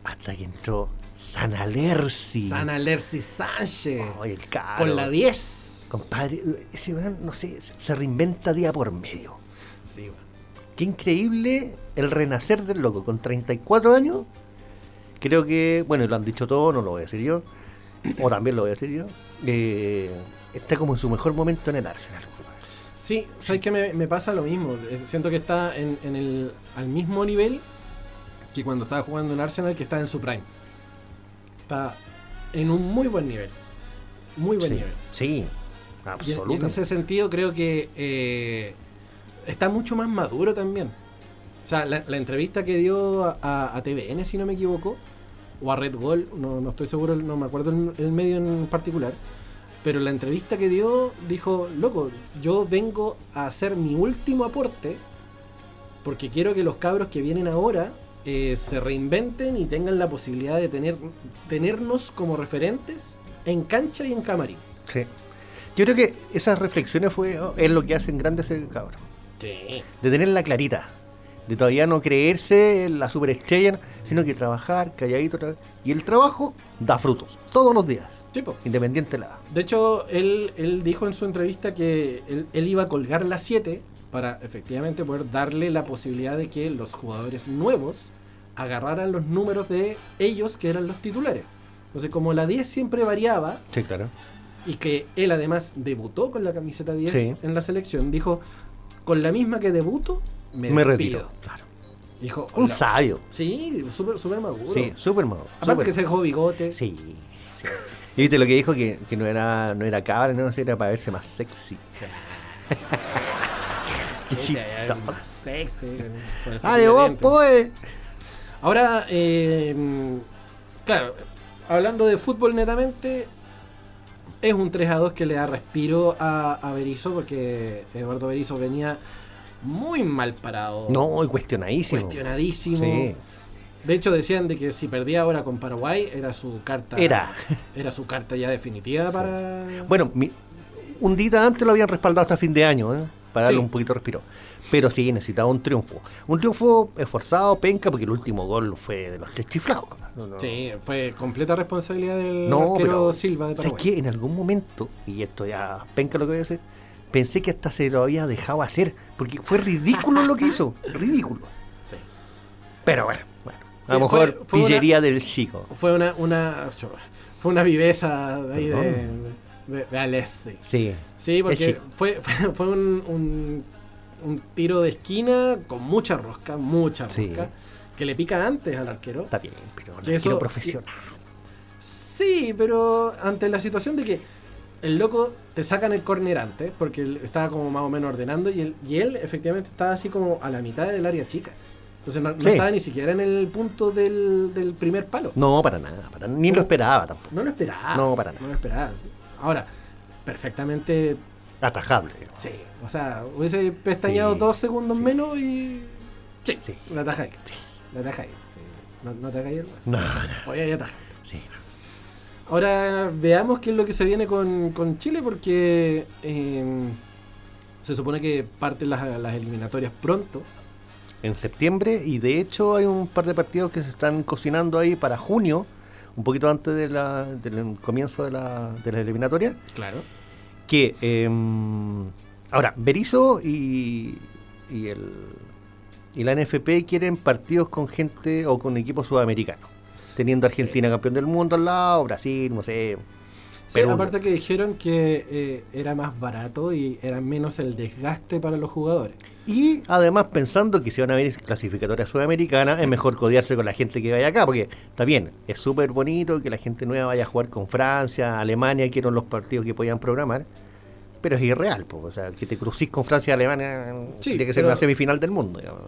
D: hasta que entró Sanalersi.
C: San Alerci Sánchez,
D: Ay, el caro.
C: con la 10.
D: Compadre, ese weón, no sé, se se reinventa día por medio.
C: Sí, bueno.
D: Qué increíble el renacer del loco. Con 34 años, creo que, bueno, lo han dicho todo, no lo voy a decir yo, o también lo voy a decir yo, eh, está como en su mejor momento en el Arsenal.
C: Sí, sabes que me, me pasa lo mismo. Eh, Siento que está en, en el, al mismo nivel que cuando estaba jugando en Arsenal, que está en su prime. Está en un muy buen nivel. Muy buen
D: Sí,
C: nivel.
D: sí,
C: Y en- Y en
D: absolutamente.
C: ese sentido creo que eh, está mucho más maduro también. O sea, la, la entrevista que dio a, a- a TVN, si no me equivoco, o a Red Gol, no, no estoy seguro, no me acuerdo el, el medio en particular, pero la entrevista que dio dijo, loco, yo vengo a hacer mi último aporte porque quiero que los cabros que vienen ahora eh, se reinventen y tengan la posibilidad de tener, tenernos como referentes en cancha y en camarín.
D: Sí. Yo creo que esas reflexiones fue, oh, es lo que hacen grandes el cabrón.
C: Sí.
D: de tener la clarita, de todavía no creerse la superestrella, sino que trabajar calladito. tra- Y el trabajo da frutos, todos los días,
C: Tipo.
D: independiente de la edad.
C: De hecho, él, él dijo en su entrevista que él, él iba a colgar las 7 para efectivamente poder darle la posibilidad de que los jugadores nuevos agarraran los números de ellos que eran los titulares. Entonces, como la 10 siempre variaba
D: Sí, claro.
C: y que él además debutó con la camiseta 10
D: Sí.
C: en la selección, dijo, con la misma que debuto, me,
D: Me
C: despido".
D: retiro. Claro.
C: Dijo,
D: Un
C: "Hola".
D: sabio.
C: Sí, súper súper maduro.
D: Sí, súper maduro,
C: Aparte
D: súper-
C: que se dejó bigote.
D: Sí, sí. Y viste lo que dijo que, que no era no era cabra, no era para verse más sexy. Qué
C: Sí, es
D: chistoso.
C: más sexy. Por eso
D: ¡Ale,
C: tiene
D: vos,
C: dientes.
D: pues!
C: Ahora, eh, claro, hablando de fútbol netamente, es un 3 a 2 que le da respiro a, a Berizzo porque Eduardo Berizzo venía muy mal parado,
D: No, y cuestionadísimo.
C: Oh. cuestionadísimo.
D: Sí.
C: De hecho, decían de que si perdía ahora con Paraguay era su carta.
D: Era.
C: Era su carta ya definitiva para.
D: Bueno, mi- un día antes lo habían respaldado hasta fin de año, ¿eh? para darle
C: Sí.
D: un poquito de respiro. Pero sí, necesitaba un triunfo. Un triunfo esforzado, penca, porque el último gol fue de los tres chiflados. No, no.
C: Sí, fue completa responsabilidad del
D: No,
C: arquero
D: pero
C: Silva de
D: ¿sabes
C: Paraguay.
D: qué? En algún momento, y esto ya penca lo que voy a decir, pensé que hasta se lo había dejado hacer, porque fue ridículo lo que hizo, ridículo.
C: Sí.
D: Pero bueno, bueno.
C: Sí,
D: a lo
C: fue-
D: mejor
C: fue una-
D: pillería del chico.
C: Fue una, una fue una viveza de ahí de,
D: Perdón.
C: de, de Alessi.
D: Sí.
C: Sí, porque
D: chico.
C: fue, fue, fue un, un- un tiro de esquina con mucha rosca, mucha
D: Sí.
C: rosca, que le pica antes al arquero.
D: Está bien, pero
C: Que
D: no
C: eso-
D: quiero profesional.
C: Sí, pero ante la situación de que el loco te sacan el corner antes, porque él estaba como más o menos ordenando, y él, y él efectivamente estaba así como a la mitad del área chica. Entonces no, no
D: Sí.
C: estaba ni siquiera en el punto del, del primer palo.
D: No, para nada, para nada. Ni
C: Uh.
D: lo esperaba tampoco.
C: No lo esperaba.
D: No, para nada.
C: No lo esperaba. Ahora, perfectamente,
D: Atajable.
C: sí. O sea, hubiese pestañeado
D: Sí,
C: dos segundos
D: sí.
C: menos y. Sí,
D: Sí.
C: La atajáis. La atajáis. Sí. No, no te hagáis el.
D: No, Pues
C: Podía atajar.
D: Sí.
C: Ahora veamos qué es lo que se viene con, con Chile, porque eh, se supone que parten las, las eliminatorias pronto.
D: En septiembre, y de hecho hay un par de partidos que se están cocinando ahí para junio, un poquito antes de la- del comienzo de la, de la eliminatoria,
C: Claro.
D: que em, ahora, Berizzo y, y, el, y la NFP quieren partidos con gente o con equipos sudamericanos, teniendo a Argentina campeón del mundo al lado, Brasil, no sé,
C: Sí,
D: Pero
C: aparte que dijeron que eh, era más barato y era menos el desgaste para los jugadores.
D: Y además pensando que si van a venir clasificatorias sudamericanas, es mejor codearse con la gente que vaya acá, porque está bien, es súper bonito que la gente nueva vaya a jugar con Francia, Alemania, que eran los partidos que podían programar, pero es irreal, po, o sea, que te crucís con Francia y Alemania
C: Sí,
D: tiene que ser
C: pero-
D: una semifinal del mundo. digamos.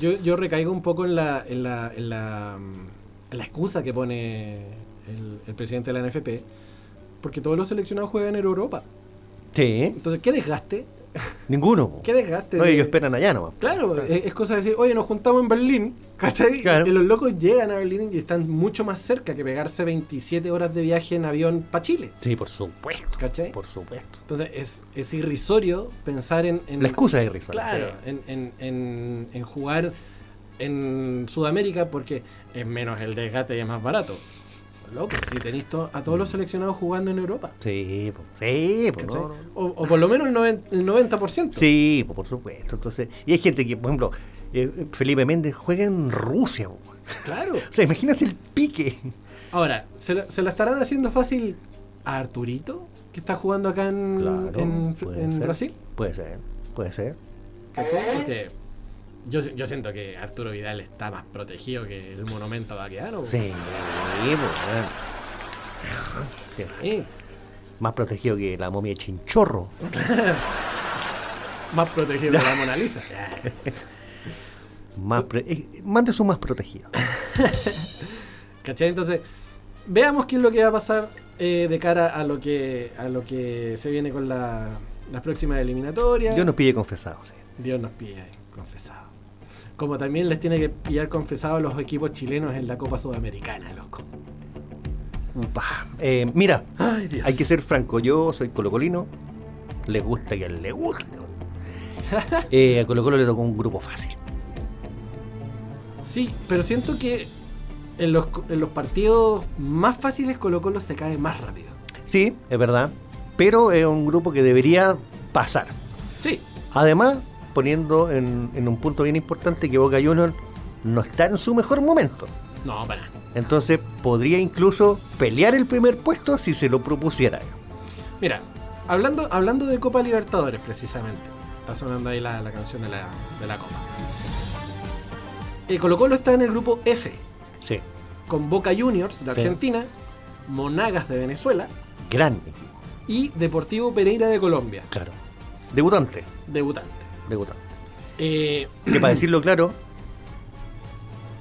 C: Yo, yo recaigo un poco en la, en la, en la, mm, en la excusa que pone el, el presidente de la NFP, porque todos los seleccionados juegan en Europa.
D: Sí,
C: Entonces, ¿qué desgaste?
D: ninguno. po.
C: ¿Qué desgaste?
D: No,
C: de-
D: ellos esperan allá nomás.
C: Claro, Es, es cosa de decir, oye, nos juntamos en Berlín, ¿cachai?
D: Claro.
C: Y los locos llegan a Berlín y están mucho más cerca que pegarse 27 horas de viaje en avión para Chile,
D: Sí, por supuesto.
C: ¿cachai?
D: Por supuesto.
C: Entonces, es, es irrisorio pensar en... en-
D: La excusa es irrisoria.
C: Claro,
D: sí.
C: en, en- en- en jugar en Sudamérica porque es menos el desgaste y es más barato. Loco, si tenéis to- a todos los seleccionados jugando en Europa.
D: Sí, po. sí, po,
C: ¿cachai?
D: no, no.
C: O, o por lo menos el, noven- el 90%.
D: Sí, po, por supuesto. Entonces, y hay gente que, por ejemplo, eh, Felipe Méndez juega en Rusia. po.
C: Claro.
D: O sea, imagínate el pique.
C: Ahora, ¿se la, se la estarán haciendo fácil a Arturito, que está jugando acá en, en Fl-
D: puede
C: en
D: ser.
C: Brasil?
D: Puede ser, puede ser.
C: ¿Cachai? Porque yo, si- yo siento que Arturo Vidal está más protegido que el monumento vaqueano.
D: Sí, po, weón.
C: Sí.
D: Más protegido que la momia de chinchorro.
C: Más protegido que la Mona Lisa.
D: Más pre- eh, mande su más protegido.
C: ¿Cachai? Entonces, veamos qué es lo que va a pasar eh, de cara a lo que a lo que se viene con la, las próximas eliminatorias.
D: Dios nos pide confesados. eh. sí.
C: Dios nos pilla ahí, confesado. Como también les tiene que pillar confesado a los equipos chilenos en la Copa Sudamericana, loco.
D: Bah, eh, mira,
C: Ay, Dios.
D: hay que ser franco. Yo soy colocolino. Le gusta que le guste. Eh, a Colo Colo le tocó un grupo fácil.
C: Sí, pero siento que en los, en los partidos más fáciles Colo Colo se cae más rápido.
D: Sí, es verdad. Pero es un grupo que debería pasar.
C: Sí,
D: Además, poniendo en, en un punto bien importante que Boca Juniors no está en su mejor momento.
C: no, para. nada.
D: Entonces podría incluso pelear el primer puesto si se lo propusiera.
C: Mira, hablando, hablando de Copa Libertadores precisamente, está sonando ahí la, la canción de la, de la Copa. Eh, Colo Colo está en el grupo F,
D: Sí.
C: con Boca Juniors de
D: Sí.
C: Argentina, Monagas de Venezuela
D: Gran equipo,
C: y Deportivo Pereira de Colombia,
D: claro. Debutante,
C: debutante.
D: debutante.
C: Eh,
D: Que para decirlo claro,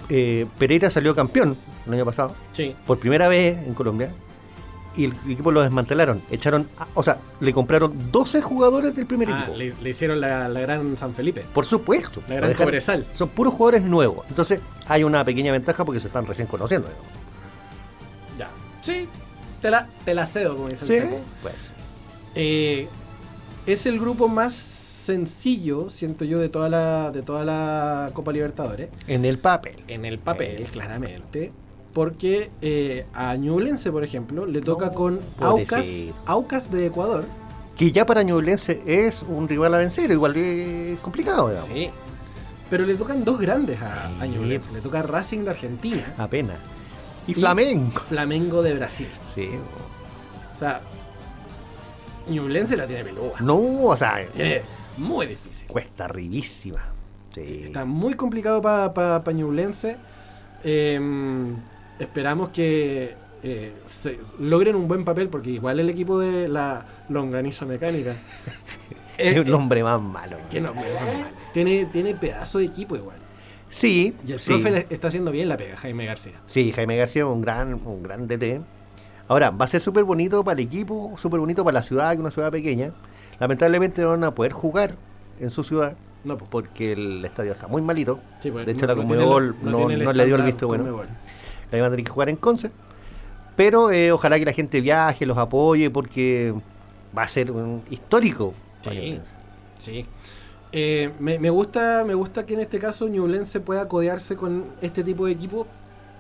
D: eh, Pereira salió campeón el año pasado,
C: sí,
D: por primera vez en Colombia, y el equipo lo desmantelaron. Echaron, a- o sea, le compraron 12 jugadores del primer
C: Ah,
D: equipo.
C: le, le hicieron la, la gran San Felipe.
D: Por supuesto.
C: La gran
D: Lo dejaron-
C: Cobresal.
D: Son puros jugadores nuevos. Entonces hay una pequeña ventaja porque se están recién conociendo. digamos.
C: Ya. Sí, te la, te la cedo, como dicen. siempre.
D: Pues,
C: Eh, es el grupo más sencillo, siento yo, de toda la, de toda la Copa Libertadores.
D: en el papel.
C: En el papel, claramente. Porque eh, a Ñublense, por ejemplo, le toca con Aucas,
D: pobrecito.
C: Aucas de Ecuador.
D: Que ya para Ñublense es un rival a vencer, igual es complicado, digamos.
C: Sí. Pero le tocan dos grandes a, a
D: Sí.
C: Ñublense. Le toca Racing de Argentina,
D: Apenas. Y,
C: Y-
D: Flamengo.
C: Flamengo de Brasil.
D: Sí.
C: O sea, Ñublense la tiene pelúa.
D: No, o sea,
C: Tiene Eh, muy difícil.
D: cuesta arribísima. Sí.
C: Está muy complicado para pa, pa Ñublense. Eh, esperamos que eh, se- logren un buen papel porque igual el equipo de la Longaniza Mecánica.
D: Es
C: eh,
D: un hombre más malo.
C: que no, me van mal. tiene, tiene pedazo de equipo igual.
D: Sí.
C: Y el
D: sí.
C: profe le está haciendo bien la pega, Jaime García.
D: Sí, Jaime García es un gran, un gran DT. Ahora, va a ser súper bonito para el equipo, súper bonito para la ciudad, que es una ciudad pequeña. Lamentablemente no van a poder jugar en su ciudad
C: No, pues,
D: porque el estadio está muy malito.
C: sí, pues,
D: de hecho,
C: no-
D: la
C: no tiene
D: Conmebol
C: la-
D: no,
C: tiene
D: no le dio el
C: estándar
D: visto bueno.
C: Conmebol.
D: La van a tener que jugar en Conce. Pero eh, ojalá que la gente viaje, los apoye, porque va a ser un histórico.
C: Sí.
D: para Ñublense.
C: Sí. Eh, me, me gusta, me gusta que en este caso Ñublense pueda codearse con este tipo de equipo,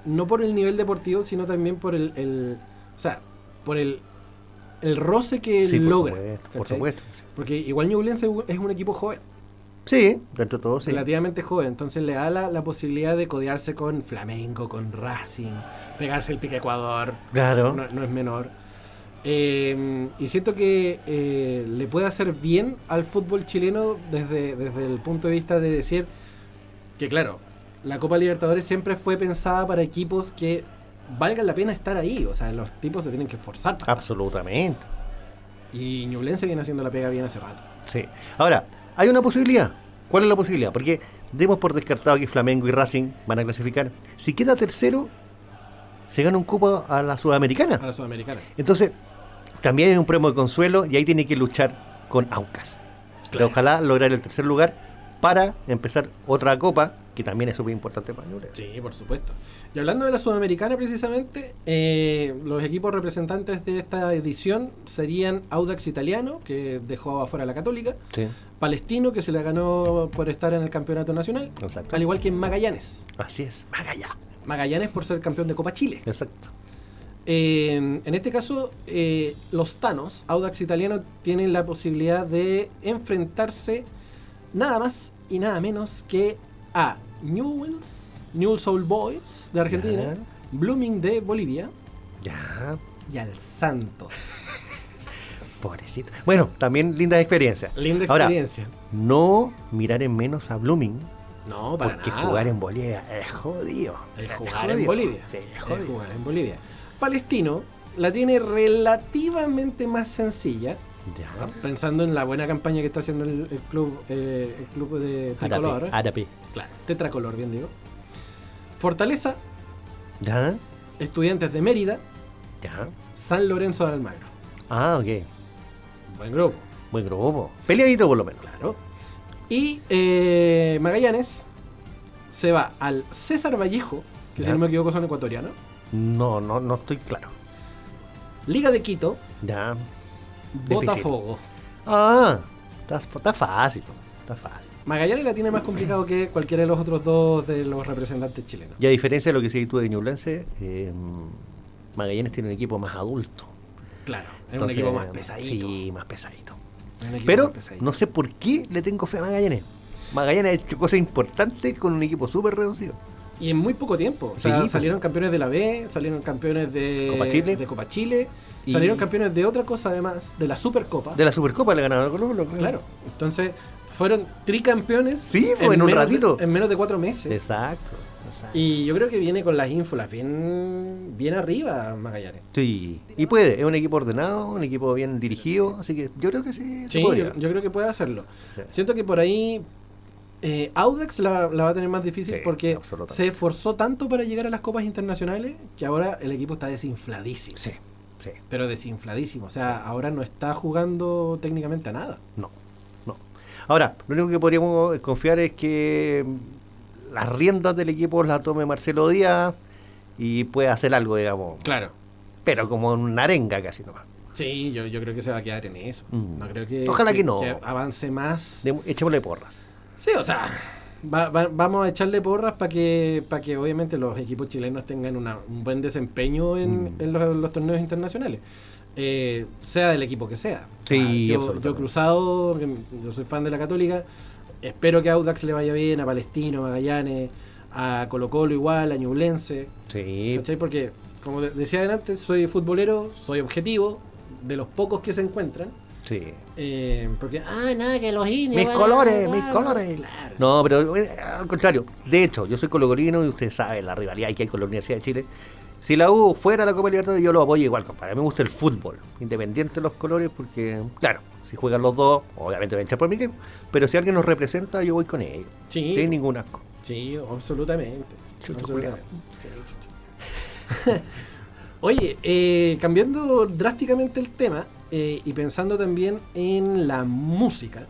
C: no por el nivel deportivo, sino también por el, el- o sea, por el, el roce que
D: Sí, por
C: logra.
D: supuesto, por
C: ¿cachai?
D: supuesto. sí.
C: Porque igual Ñublense es un equipo joven,
D: Sí, dentro de todo, sí.
C: relativamente joven, entonces le da la, la posibilidad de codearse con Flamengo, con Racing, pegarse el pique Ecuador,
D: Claro.
C: no, no es menor. Eh, y siento que eh, le puede hacer bien al fútbol chileno desde, desde el punto de vista de decir que, claro, la Copa Libertadores siempre fue pensada para equipos que valgan la pena estar ahí. O sea, los tipos se tienen que esforzar.
D: Ah.
C: para-
D: Absolutamente.
C: Y Ñublense viene haciendo la pega bien hace rato.
D: Sí. Ahora, hay una posibilidad. ¿Cuál es la posibilidad? Porque demos por descartado que Flamengo y Racing van a clasificar. Si queda tercero, se gana un cupo a la
C: A
D: Sudamericana.
C: la Sudamericana.
D: Entonces, también es un premio de consuelo y ahí tiene que luchar con Aucas. Ojalá lograr el tercer lugar para empezar otra copa, que también es súper importante para Ñublense.
C: Sí, por supuesto. Y hablando de la Sudamericana precisamente, eh, los equipos representantes de esta edición serían Audax Italiano, que dejó afuera a la Católica,
D: Sí.
C: Palestino, que se la ganó por estar en el Campeonato Nacional,
D: Exacto.
C: al igual que Magallanes.
D: Así es. Magallá.
C: Magallanes por ser campeón de Copa Chile.
D: Exacto.
C: Eh, en este caso, eh, los Thanos, Audax Italiano, tienen la posibilidad de enfrentarse nada más y nada menos que a Newells, Newell's Soul Boys de Argentina,
D: Ya.
C: Blooming de Bolivia
D: Ya,
C: y al Santos.
D: pobrecito. Bueno, también linda experiencia.
C: Linda
D: Ahora,
C: experiencia.
D: no mirar en menos a Blooming,
C: no, para
D: porque
C: nada.
D: jugar en Bolivia es jodido.
C: El
D: Es
C: jugar en
D: jodido.
C: Bolivia.
D: Sí, es
C: El
D: jodido.
C: jugar en Bolivia. Palestino la tiene relativamente más sencilla,
D: Ya.
C: pensando en la buena campaña que está haciendo el, el club, eh, el club de tricolor.
D: Árabe, árabe.
C: Claro, tetracolor, bien digo. Fortaleza,
D: Ya,
C: Estudiantes de Mérida,
D: ya.
C: San Lorenzo de Almagro.
D: Ah, ok.
C: Buen grupo,
D: Buen grupo. Peleadito por lo menos.
C: claro. Y eh, Magallanes se va al César Vallejo, que si
D: Ya.
C: no me equivoco son ecuatorianos,
D: No, no, no estoy claro.
C: Liga de Quito,
D: Ya. Difícil.
C: Botafogo.
D: Ah, está, está fácil. Está fácil.
C: Magallanes la tiene más complicado que cualquiera de los otros dos de los representantes chilenos.
D: Y a diferencia de lo que se tú de Ñublense, eh, Magallanes tiene un equipo más adulto.
C: Claro, es
D: Entonces,
C: un equipo más pesadito.
D: Sí, más pesadito.
C: un equipo
D: Pero
C: más pesadito.
D: no sé por qué le tengo fe a Magallanes. Magallanes ha hecho cosas importantes con un equipo súper reducido.
C: Y en muy poco tiempo. O sea,
D: Sí, po.
C: salieron campeones de la B, salieron campeones de
D: Copa Chile.
C: de Copa Chile,
D: Y-
C: salieron campeones de otra cosa además, de la Supercopa.
D: De la Supercopa le ganaron a Colo Colo.
C: Ah. Claro. Entonces, fueron tricampeones.
D: Sí, po, en un
C: menos
D: ratito.
C: de- en menos de cuatro meses.
D: Exacto. exacto.
C: Y yo creo que viene con las ínfulas bien, bien arriba Magallanes.
D: Sí. Y puede, es un equipo ordenado, un equipo bien dirigido, así que yo creo que sí. se
C: Sí,
D: podría.
C: yo, yo creo que puede hacerlo.
D: Sí.
C: Siento que por ahí eh, Audax la, la va a tener más difícil
D: Sí,
C: porque
D: absolutamente.
C: se esforzó tanto para llegar a las copas internacionales que ahora el equipo está desinfladísimo.
D: Sí, sí.
C: Pero desinfladísimo. O sea, ahora no está jugando técnicamente a nada.
D: No, no. Ahora, lo único que podríamos eh, confiar es que mm, las riendas del equipo las tome Marcelo Díaz y pueda hacer algo, digamos.
C: Claro.
D: Pero como en una arenga casi nomás.
C: Sí, yo, yo creo que se va a quedar en eso.
D: Mm.
C: No creo que.
D: Ojalá que no.
C: avance más.
D: De- Echémosle porras.
C: Sí, o sea. va- va- vamos a echarle porras para que, para que obviamente los equipos chilenos tengan una- un buen desempeño en,
D: Mm.
C: en los, los torneos internacionales. Eh, sea del equipo que sea.
D: Sí,
C: Ah, yo,
D: absolutamente.
C: yo cruzado, porque yo soy fan de la Católica. Espero que a Audax le vaya bien, a Palestino, a Magallanes, a Colo Colo igual, a Ñublense.
D: Sí.
C: ¿Cachai? Porque, como de- decía adelante, soy futbolero, soy objetivo, de los pocos que se encuentran.
D: Sí.
C: eh, porque, ah, nada, que los indios.
D: Mis
C: van a-
D: colores, mis
C: van a-
D: colores.
C: Claro.
D: No, pero eh, al contrario. De hecho, yo soy colocolino y ustedes saben la rivalidad que hay con la Universidad de Chile. Si la U fuera la Copa Libertadores, yo lo apoyo igual, compadre. Me gusta el fútbol, independiente de los colores, porque, claro, si juegan los dos, obviamente voy a echar por mi equipo. Pero si alguien nos representa, yo voy con ellos.
C: Sí.
D: Sin ningún asco.
C: Sí, absolutamente.
D: Chucho
C: Absolutamente. Sí, chucho. Oye, eh, cambiando drásticamente el tema eh, y pensando también en la música.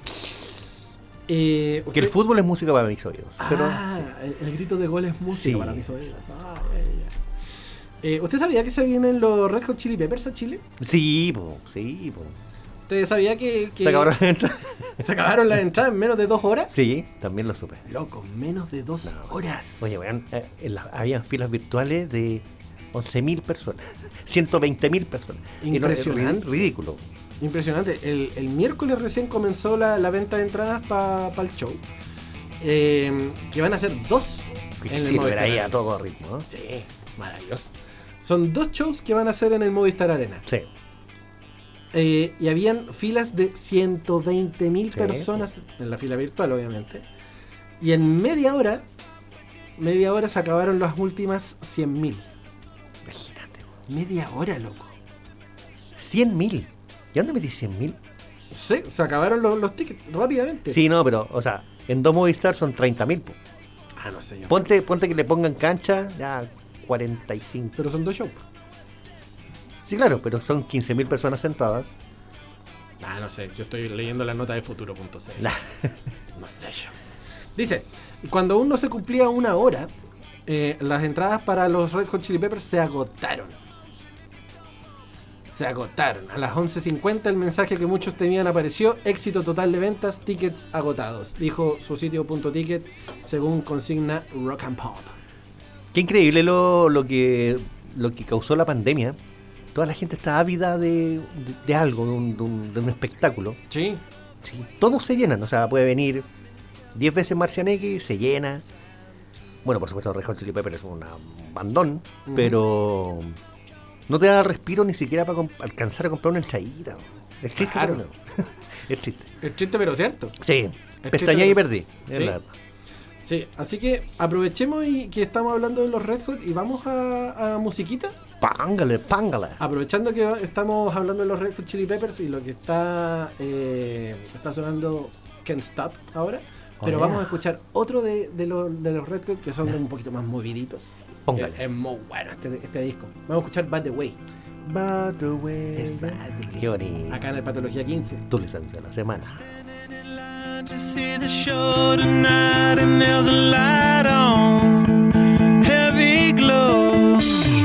C: eh,
D: Que el
C: usted-
D: fútbol es música para mis oídos. Pero,
C: Ah, el, el grito de gol es música
D: Sí,
C: para mis oídos. Ay, ay. Eh, ¿Usted sabía que se vienen los Red Hot Chili Peppers a Chile?
D: sí, po, sí, po.
C: ¿Usted sabía que, que
D: ¿Se acabaron las entradas?
C: se acabaron las entradas en menos de dos horas?
D: Sí, también lo supe.
C: Loco, menos de dos horas.
D: Oye, weón, eh, en las- habían filas virtuales de 11.000 personas, 120.000 personas. Era
C: Impresionante.
D: ri- Ridículo.
C: Impresionante. El, el miércoles recién comenzó la, la venta de entradas para el show. Eh, que van a ser dos. en el
D: Quicksilver
C: Movistar
D: ahí a
C: Arena.
D: todo ritmo. ¿no?
C: Sí, maravilloso. Son dos shows que van a hacer en el Movistar Arena.
D: Sí.
C: eh, y habían filas de 120 mil
D: Sí.
C: personas en la fila virtual, obviamente. Y en media hora, media hora se acabaron las últimas 100 mil.
D: Imagínate,
C: Media hora, loco.
D: 100 mil. ¿Y dónde metí 100 mil?
C: Sí, se acabaron los, los tickets rápidamente.
D: Sí, no, pero, o sea, en dos Movistar son 30 mil.
C: Ah, no sé yo.
D: Ponte, ponte que le pongan cancha, ya 45.
C: Pero son dos shows.
D: Sí, claro, pero son 15 mil personas sentadas.
C: Ah, no sé, yo estoy leyendo la nota de futuro.cl.
D: La-
C: No sé yo. Dice, cuando aún no se cumplía una hora, eh, las entradas para los Red Hot Chili Peppers se agotaron. Se agotaron. A las 11.50 el mensaje que muchos temían apareció. Éxito total de ventas, tickets agotados. Dijo su sitio punto ticket según consigna Rock and Pop.
D: Qué increíble lo, lo, que, lo que causó la pandemia. Toda la gente está ávida de, de, de algo, de un, de un- de un espectáculo.
C: Sí.
D: Sí, todos se llenan, o sea, puede venir 10 veces Marcianeque, se llena. Bueno, por supuesto, Red Hot Chili Peppers es una- un bandón,
C: Ujú.
D: pero no te da respiro ni siquiera para com- alcanzar a comprar una entradita. Es triste,
C: Claro.
D: pero no. es triste.
C: Es chiste pero cierto.
D: Sí,
C: Es
D: pestañé
C: triste,
D: y
C: pero-
D: perdí. es
C: Sí.
D: la verdad.
C: Sí, así que aprovechemos y que estamos hablando de los Red Hot y vamos a, a musiquita.
D: Pángale, pángala.
C: Aprovechando que estamos hablando de los Red Hot Chili Peppers y lo que está eh, está sonando Can't Stop ahora, pero
D: Oh,
C: vamos
D: yeah.
C: a escuchar otro de, de lo- de los Red Hot que son un poquito más moviditos.
D: Póngale.
C: Es, es muy bueno este, este disco. Vamos a escuchar Bad The Way
D: By the way,
C: Exacto.
D: qué bonito.
C: acá en el Patología 15.
D: Tú le sabes a la semana.
F: to see the show tonight, and there's a light on, heavy glow.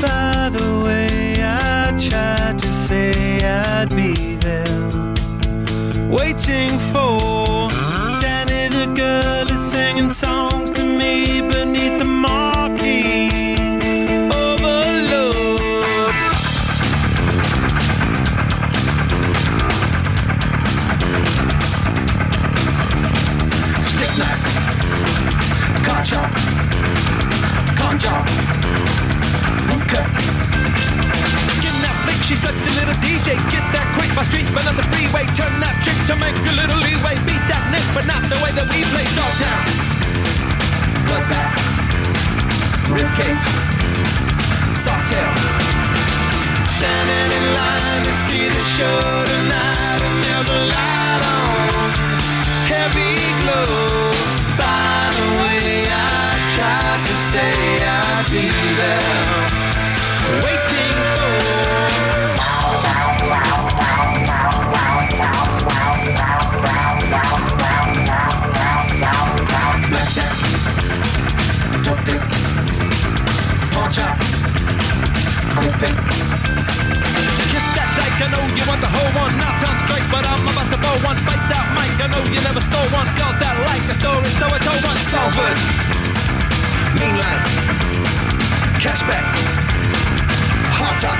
F: By the way, I tried to say I'd be there, waiting for Danny the girl is singing songs to me beneath the marquee. Overload.
E: Skin that flick, she's such a little DJ. Get that quick, my street, but not the freeway. Turn that trick to make a little leeway. Beat that nick, but not the way that we play. Dog town, bloodbath, ribcage, soft tail. Standing in line to see the show tonight, and there's a light on, heavy glow. By the way, I tried to say I'd be there waiting for. Blackjack, top deck, pawn shop, quick pick. Kiss that dyke, I know you want the whole one. Not on strike, but I'm about to blow one. Bite that mic, I know you never stole one. Calls that like a story, so I told one. Salford, mainline, cashback, hot top.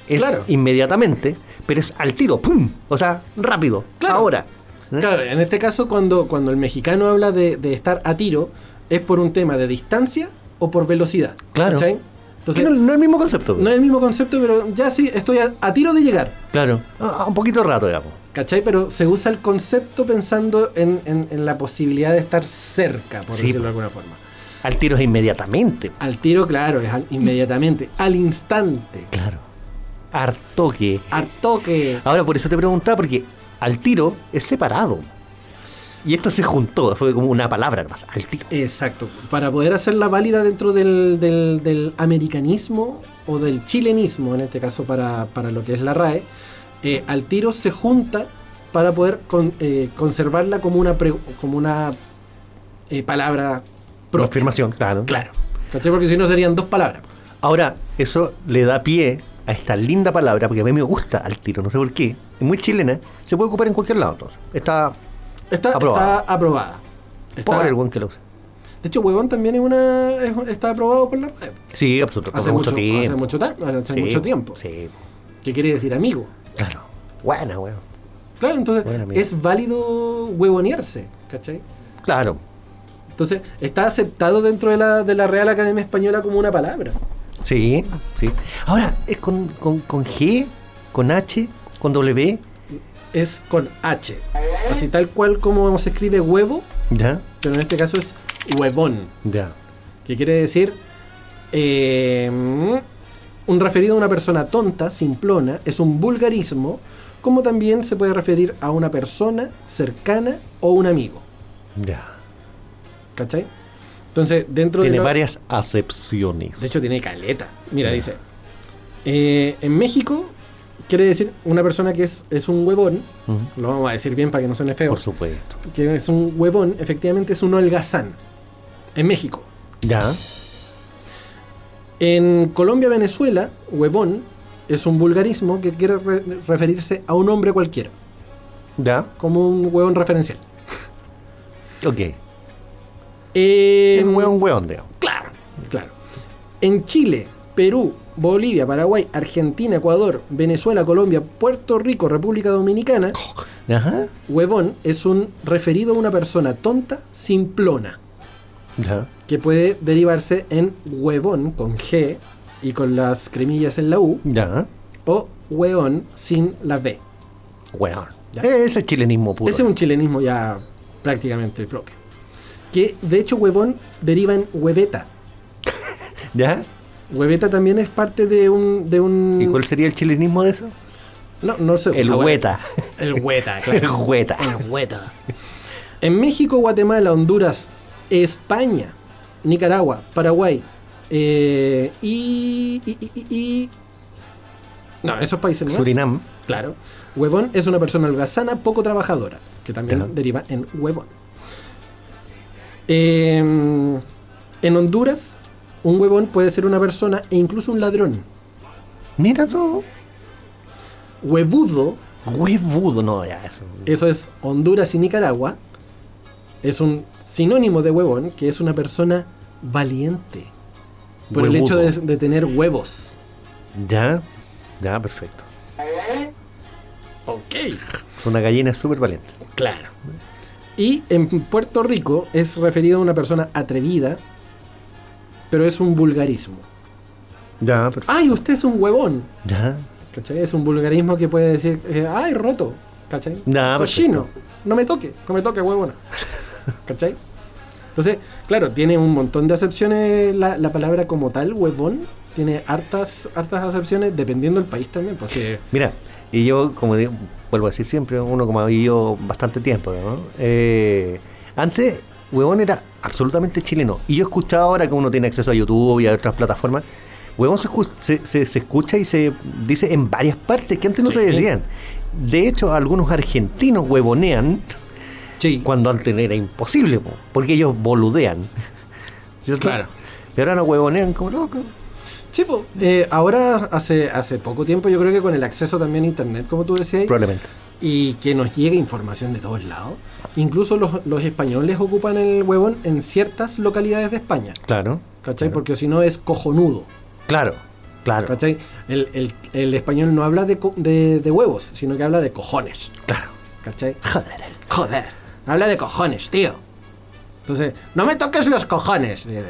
D: es
C: Claro.
D: inmediatamente, pero es al tiro, ¡pum! O sea, rápido,
C: Claro.
D: ahora. ¿Eh?
C: Claro, en este caso cuando, cuando el mexicano habla de, de estar a tiro, es por un tema de distancia o por velocidad.
D: Claro.
C: ¿cachai?
D: Que no,
C: Entonces,
D: no es el mismo concepto.
C: no es el mismo concepto, pero ya sí, estoy a, a tiro de llegar.
D: Claro. Ah, un poquito rato, digamos.
C: ¿Cachai? Pero se usa el concepto pensando en, en- en la posibilidad de estar cerca, por
D: Sí,
C: decirlo de
D: po.
C: alguna forma.
D: Al tiro es inmediatamente.
C: Al tiro, claro, es al- inmediatamente, al instante,
D: Claro. Hartoque.
C: al toque.
D: Ahora, por eso te preguntaba, porque al tiro es separado. Y esto se juntó, fue como una palabra nomás, al tiro.
C: Exacto. Para poder hacerla válida dentro del, del- del americanismo o del chilenismo, en este caso para, para lo que es la RAE, eh, al tiro se junta para poder con- eh, conservarla como una, pre- como una eh, palabra
D: Por
C: propia.
D: afirmación, claro.
C: Claro. ¿Cachai? Porque si no serían dos palabras.
D: Ahora, eso le da pie a esta linda palabra, porque a mí me gusta al tiro, no sé por qué. Es muy chilena, se puede ocupar en cualquier lado. entonces. Está
C: Está
D: Aprobada.
C: aprobada. Está aprobada. Está-
D: pobre el buen que lo usa.
C: de hecho, huevón también es una, es un- está aprobado por la RAE.
D: Sí, absolutamente.
C: Hace mucho, hace mucho, ta- hace
D: Sí,
C: mucho tiempo.
D: Sí,
C: ¿Qué quiere decir amigo?
D: claro. Buena, weón.
C: Claro, entonces
D: Buena mía.
C: es válido huevonearse, ¿cachai?
D: Claro.
C: Entonces está aceptado dentro de la, de la Real Academia Española como una palabra.
D: Sí, sí. Ahora, es con, con, con G, con H, con W,
C: Es con H. Así tal cual como se escribe huevo,
D: ya,
C: pero en este caso es huevón,
D: ya.
C: que quiere decir eh, un referido a una persona tonta, simplona, es un vulgarismo, como también se puede referir a una persona cercana o un amigo,
D: Ya.
C: ¿cachai? Entonces, dentro
D: Tiene
C: de lo-
D: varias acepciones.
C: Pues, De hecho, tiene caleta. Mira, dice. eh, en México quiere decir una persona que es, es un huevón.
D: Ujú.
C: Lo vamos a decir bien para que no suene feo.
D: por supuesto.
C: Que es un huevón, efectivamente es un holgazán. En México.
D: Ya.
C: En Colombia, Venezuela, huevón es un vulgarismo que quiere re- referirse a un hombre cualquiera.
D: Ya.
C: Como un huevón referencial. Em,
D: Ok.
C: En,
D: El weón, weón, digamos.
C: Claro, claro. En Chile, Perú, Bolivia, Paraguay, Argentina, Ecuador, Venezuela, Colombia, Puerto Rico, República Dominicana,
D: Ajá.
C: huevón es un referido a una persona tonta, simplona,
D: Ya.
C: que puede derivarse en huevón con G y con las cremillas en la U,
D: Ya.
C: o hueón sin la B.
D: Weón. Eh,
C: Ya.
D: Ese es chilenismo puro.
C: Ese es un chilenismo ya prácticamente propio. Que de hecho huevón deriva en hueveta.
D: ¿Ya?
C: Hueveta también es parte de un... De un
D: ¿Y cuál sería el chilenismo de eso?
C: No, no sé.
D: El hueta.
C: El hueta,
D: El hueta.
C: En México, Guatemala, Honduras, España, Nicaragua, Paraguay eh, y, y- y- y- y- No, esos países no.
D: Surinam.
C: Claro. Huevón es una persona holgazana, poco trabajadora, que también
D: Claro.
C: deriva en huevón. Em, en Honduras, un huevón puede ser una persona e incluso un ladrón.
D: Mira tú.
C: Huevudo
D: Huevudo, no, ya eso.
C: Eso es Honduras y Nicaragua. Es un sinónimo de huevón, que es una persona valiente. Por el hecho
D: Huevudo.
C: de, de tener huevos.
D: Ya. Ya, perfecto.
C: Ok.
D: Es una gallina súper valiente.
C: Claro. Y en Puerto Rico es referido a una persona atrevida, pero es un vulgarismo.
D: Ya, perfecto.
C: ¡Ay, usted es un huevón!
D: Ya.
C: ¿Cachai? Es un vulgarismo que puede decir, eh, ¡ay, roto! ¿Cachai?
D: Ya,
C: Cochino, no me toque, no me toque, huevona. ¿Cachai? Entonces, claro, tiene un montón de acepciones la, la palabra como tal, huevón, tiene hartas, hartas acepciones dependiendo del país también. Porque
D: Mira, y yo, como digo, vuelvo a decir siempre, uno como ha vivido bastante tiempo, ¿no? Eh, antes, huevón era absolutamente chileno. Y yo he escuchado ahora que uno tiene acceso a YouTube y a otras plataformas. Huevón se, escu- se- se- se escucha y se dice en varias partes que antes no se decían. De hecho, algunos argentinos huevonean
C: sí,
D: cuando antes era imposible, po, porque ellos boludean. ¿Cierto?
B: Claro.
D: Y ahora no huevonean como loco.
C: Sí, po. Eh, ahora hace, hace poco tiempo yo creo que con el acceso también a internet, como tú decías,
D: Probablemente.
C: y que nos llegue información de todos lados, incluso los, los españoles ocupan el huevón en ciertas localidades de España,
D: Claro.
C: ¿cachai? Porque si no es cojonudo,
D: Claro, claro.
C: ¿cachai? El, el- el español no habla de, co- de- de huevos, sino que habla de cojones,
D: Claro.
C: ¿cachai?
D: Joder.
C: Joder, habla de cojones, tío. Entonces, no me toques los cojones. dice.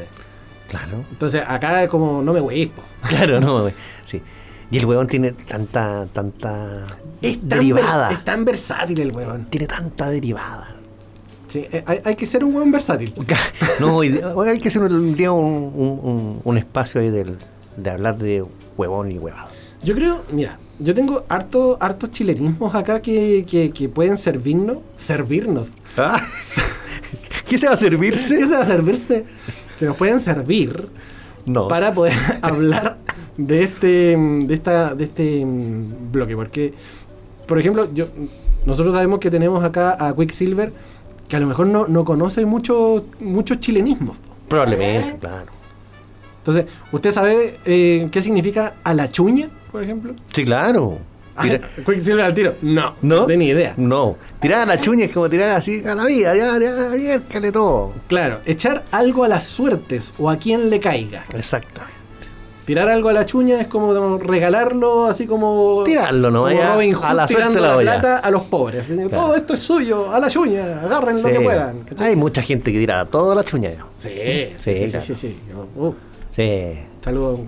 D: Claro.
C: Entonces, acá como no me hueís, po.
D: Claro, no, güey. sí. Y el huevón tiene tanta, tanta
C: Es tan,
D: derivada.
C: ver- es tan versátil el huevón.
D: Tiene tanta derivada.
C: Sí, eh, hay, hay que ser un huevón versátil.
D: No, hoy día- hoy hay que hacer un día un, un- un- un espacio ahí del, de hablar de huevón y huevadas.
C: Yo creo, mira, yo tengo harto, hartos chilenismos acá que, que- que pueden servirnos. Servirnos.
D: ¿Qué se va a
C: Ah. ¿Qué
D: servirse?
C: se va a servirse? Que nos pueden servir
D: No.
C: para poder hablar de este, mm, de esta, de este mm, bloque. Porque, por ejemplo, yo, nosotros sabemos que tenemos acá a Quicksilver, que a lo mejor no, no conoce mucho- muchos chilenismos.
D: Probablemente, claro.
C: Entonces, ¿usted sabe eh, qué significa a la chuña, por ejemplo?
D: Sí, claro.
C: Ah.
D: Tira-
C: Quicksilver al tiro. No,
D: ¿No?
C: no tenía idea.
D: No. Tirar a la chuña es como tirar así a la vida, ya, ya, abiércale todo.
C: Claro, echar algo a las suertes o a quien le caiga.
D: Exactamente.
C: Tirar algo a la chuña es como de- regalarlo, así como.
D: Tirarlo, ¿no?
C: como
D: Ya,
C: Robin Hood
D: a la suerte
C: tirando
D: la
C: la
D: olla.
C: plata a los pobres. Así, Todo esto es suyo, a la chuña, agarren lo que
D: Sí.
C: puedan. ¿cachai?
D: Hay mucha gente que tira todo a la chuña. ya.
C: Sí,
D: mm. Sí,
C: sí, sí, sí,
D: claro.
C: sí, sí. Uh,
D: Sí.
C: saludos.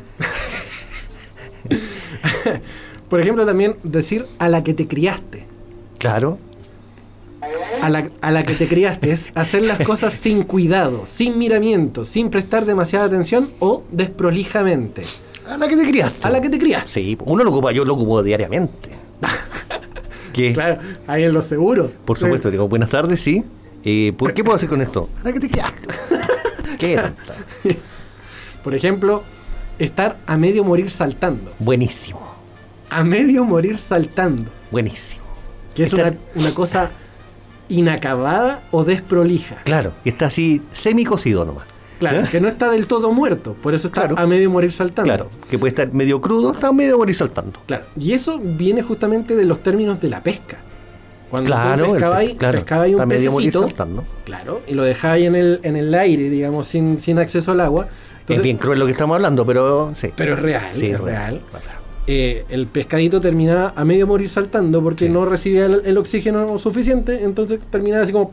C: Por ejemplo, también decir a la que te criaste.
D: Claro.
C: a la, a la que te criaste es hacer las cosas sin cuidado, sin miramiento, sin prestar demasiada atención o desprolijamente.
D: A la que te criaste.
C: A la que te criaste.
D: Sí, uno lo ocupa, yo lo ocupo diariamente. ¿Qué?
C: Claro, ahí en los seguros.
D: Por supuesto, digo, buenas tardes, sí. Eh, ¿Por qué puedo hacer con esto? A la que te criaste. ¿Qué? tanta?
C: Por ejemplo, estar a medio morir saltando.
D: Buenísimo,
C: A medio morir saltando.
D: buenísimo.
C: Que es
D: Estar-
C: una, una cosa inacabada o desprolija.
D: Claro, que está así semicocido nomás.
C: Claro, que no está del todo muerto. Por eso está
D: Claro.
C: a medio morir saltando.
D: Claro, que puede estar medio crudo, está medio morir saltando.
C: Claro, y eso viene justamente de los términos de la pesca. Cuando
D: Claro, el
C: tú
D: pe-
C: pescabais,
D: claro,
C: pescabais
D: está
C: un
D: medio morir
C: pececito,
D: saltando.
C: claro, y lo dejabais en el, en el aire, digamos, sin, sin acceso al agua. Entonces-
D: es bien cruel lo que estamos hablando, pero sí.
C: Pero es real,
D: Sí,
C: es
D: real.
C: real. Eh, el pescadito terminaba a medio morir saltando porque
D: Sí.
C: no recibía el, el oxígeno suficiente, entonces terminaba así como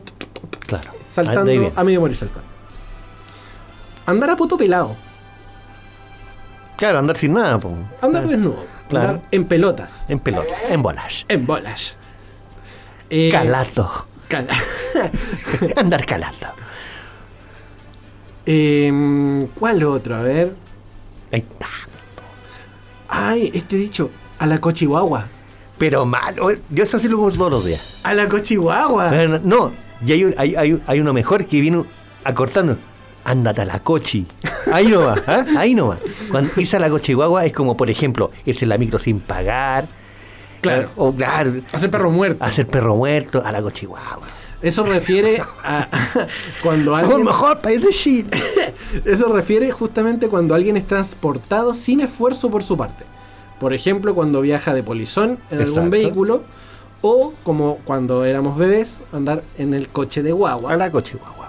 D: Claro.
C: saltando
D: Anda Ah, ahí bien.
C: a medio morir saltando. Andar a poto pelado,
D: Claro, andar sin nada, po.
C: andar desnudo,
D: Claro.
C: andar en pelotas,
D: en pelota, en bolas.
C: en bolas. Eh,
D: Calado.
C: cala-
D: andar calado.
C: Em, ¿Cuál otro? A ver.
D: Ahí está.
C: Ay, este dicho. A la cochihuahua.
D: Pero mal. oye, Yo eso sí lo uso todos los días.
C: A la cochihuahua.
D: Pero no, y hay, un- hay, hay, hay uno mejor que viene acortando. Ándate a la cochi. Ahí no va, ¿ah? ahí no va. Cuando irse a la cochi guagua es como, por ejemplo, irse en la micro sin pagar. Eh,
C: Claro.
D: O, claro.
C: Hacer perro muerto.
D: Hacer perro muerto a la cochi guagua.
C: Eso refiere a cuando
D: Somos el
C: alguien.
D: mejor país de Chile.
C: Eso refiere justamente cuando alguien es transportado sin esfuerzo por su parte. Por ejemplo, cuando viaja de polizón en
D: Exacto.
C: algún vehículo. O como cuando éramos bebés, andar en el coche de
D: A
C: guagua.
D: la cochi guagua.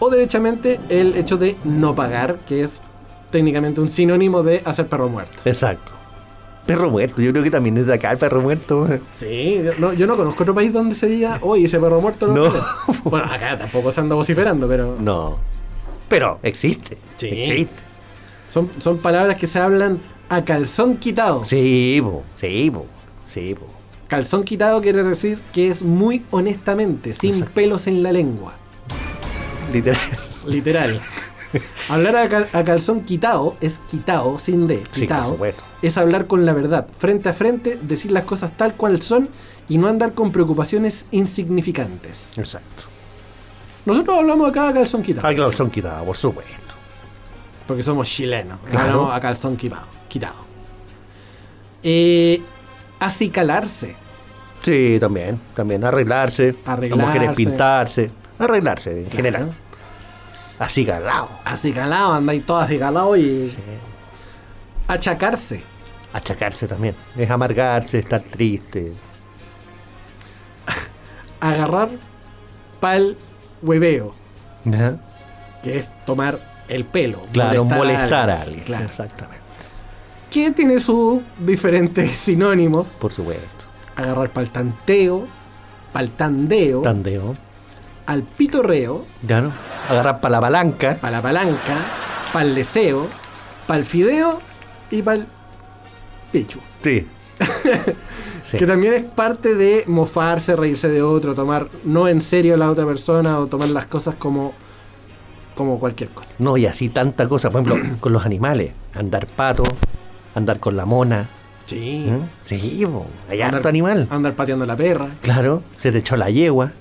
C: O derechamente el hecho de no pagar, que es técnicamente un sinónimo de hacer perro muerto.
D: Exacto. Perro muerto, yo creo que también desde acá el perro muerto. ¿eh?
C: Sí, yo no, yo no conozco otro país donde se diga, oye, ese perro muerto lo
D: No.
C: mataron". Bueno, acá tampoco se anda vociferando, pero
D: No. Pero existe.
C: Sí.
D: Existe.
C: son, son palabras que se hablan a calzón quitado.
D: Sí, po, sí, po, sí, po.
C: Calzón quitado quiere decir que es muy honestamente, sin
D: Exacto.
C: pelos en la lengua.
D: Literal.
C: Literal. hablar a, cal- a calzón quitado es quitado, sin D,
D: Sí, por
C: quitado.
D: supuesto.
C: es hablar con la verdad, frente a frente, decir las cosas tal cual son y no andar con preocupaciones insignificantes.
D: Exacto.
C: Nosotros hablamos acá a calzón quitado,
D: Ah, claro, son quitados, por supuesto.
C: porque somos chilenos.
D: Claro.
C: Hablamos a calzón quitado. quitado. Eh, acicalarse.
D: Sí, también. También arreglarse.
C: Arreglarse.
D: Las mujeres pintarse. Arreglarse en general. Así calado.
C: Acicalado, andáis todos acicalados y. Achacarse.
D: Achacarse también. Es amargarse, estar triste.
C: Agarrar pal hueveo.
D: Ajá.
C: que es tomar el pelo.
D: Claro, molestar a alguien.
C: Claro.
D: Exactamente.
C: Que tiene sus diferentes sinónimos.
D: Por supuesto.
C: Agarrar pa'l tanteo, pa'l tandeo,
D: Tandeo.
C: al pitorreo,
D: Ya no. Agarrar para la palanca.
C: pa' la palanca, pa'l deseo, pa'l fideo y pa'l pichu.
D: Sí. Sí.
C: Que también es parte de mofarse, reírse de otro, tomar no en serio a la otra persona o tomar las cosas como, como cualquier cosa.
D: No, y así tanta cosa. Por ejemplo, con los animales. Andar pato, andar con la mona.
C: Sí.
D: ¿Mm? Sí, po. hay harto animal.
C: Andar pateando la perra.
D: Claro, se te echó la yegua.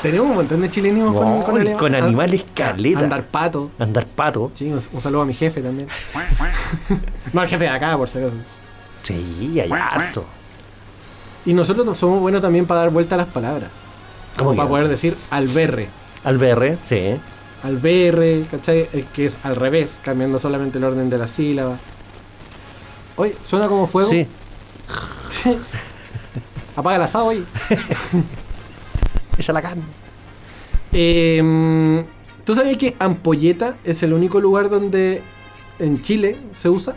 C: Tenemos un montón de chilenismos
D: No, y
C: anima-
D: con
C: an-
D: animales caleta.
C: Andar pato.
D: Andar pato.
C: Sí, un, un saludo a mi jefe también. no, al jefe de acá, por si acaso.
D: Sí, hay harto.
C: Y nosotros no- somos buenos también para dar vuelta a las palabras.
D: ¿Cómo
C: Como para
D: que?
C: poder decir alberre.
D: Alberre, sí.
C: Alberre, ¿cachai? Eh, que es al revés, cambiando solamente el orden de las sílabas. Oye, ¿suena como fuego?
D: Sí.
C: Apaga el asado, oye.
D: Esa la carne.
C: Eh, ¿Tú sabías que ampolleta es el único lugar donde en Chile se usa?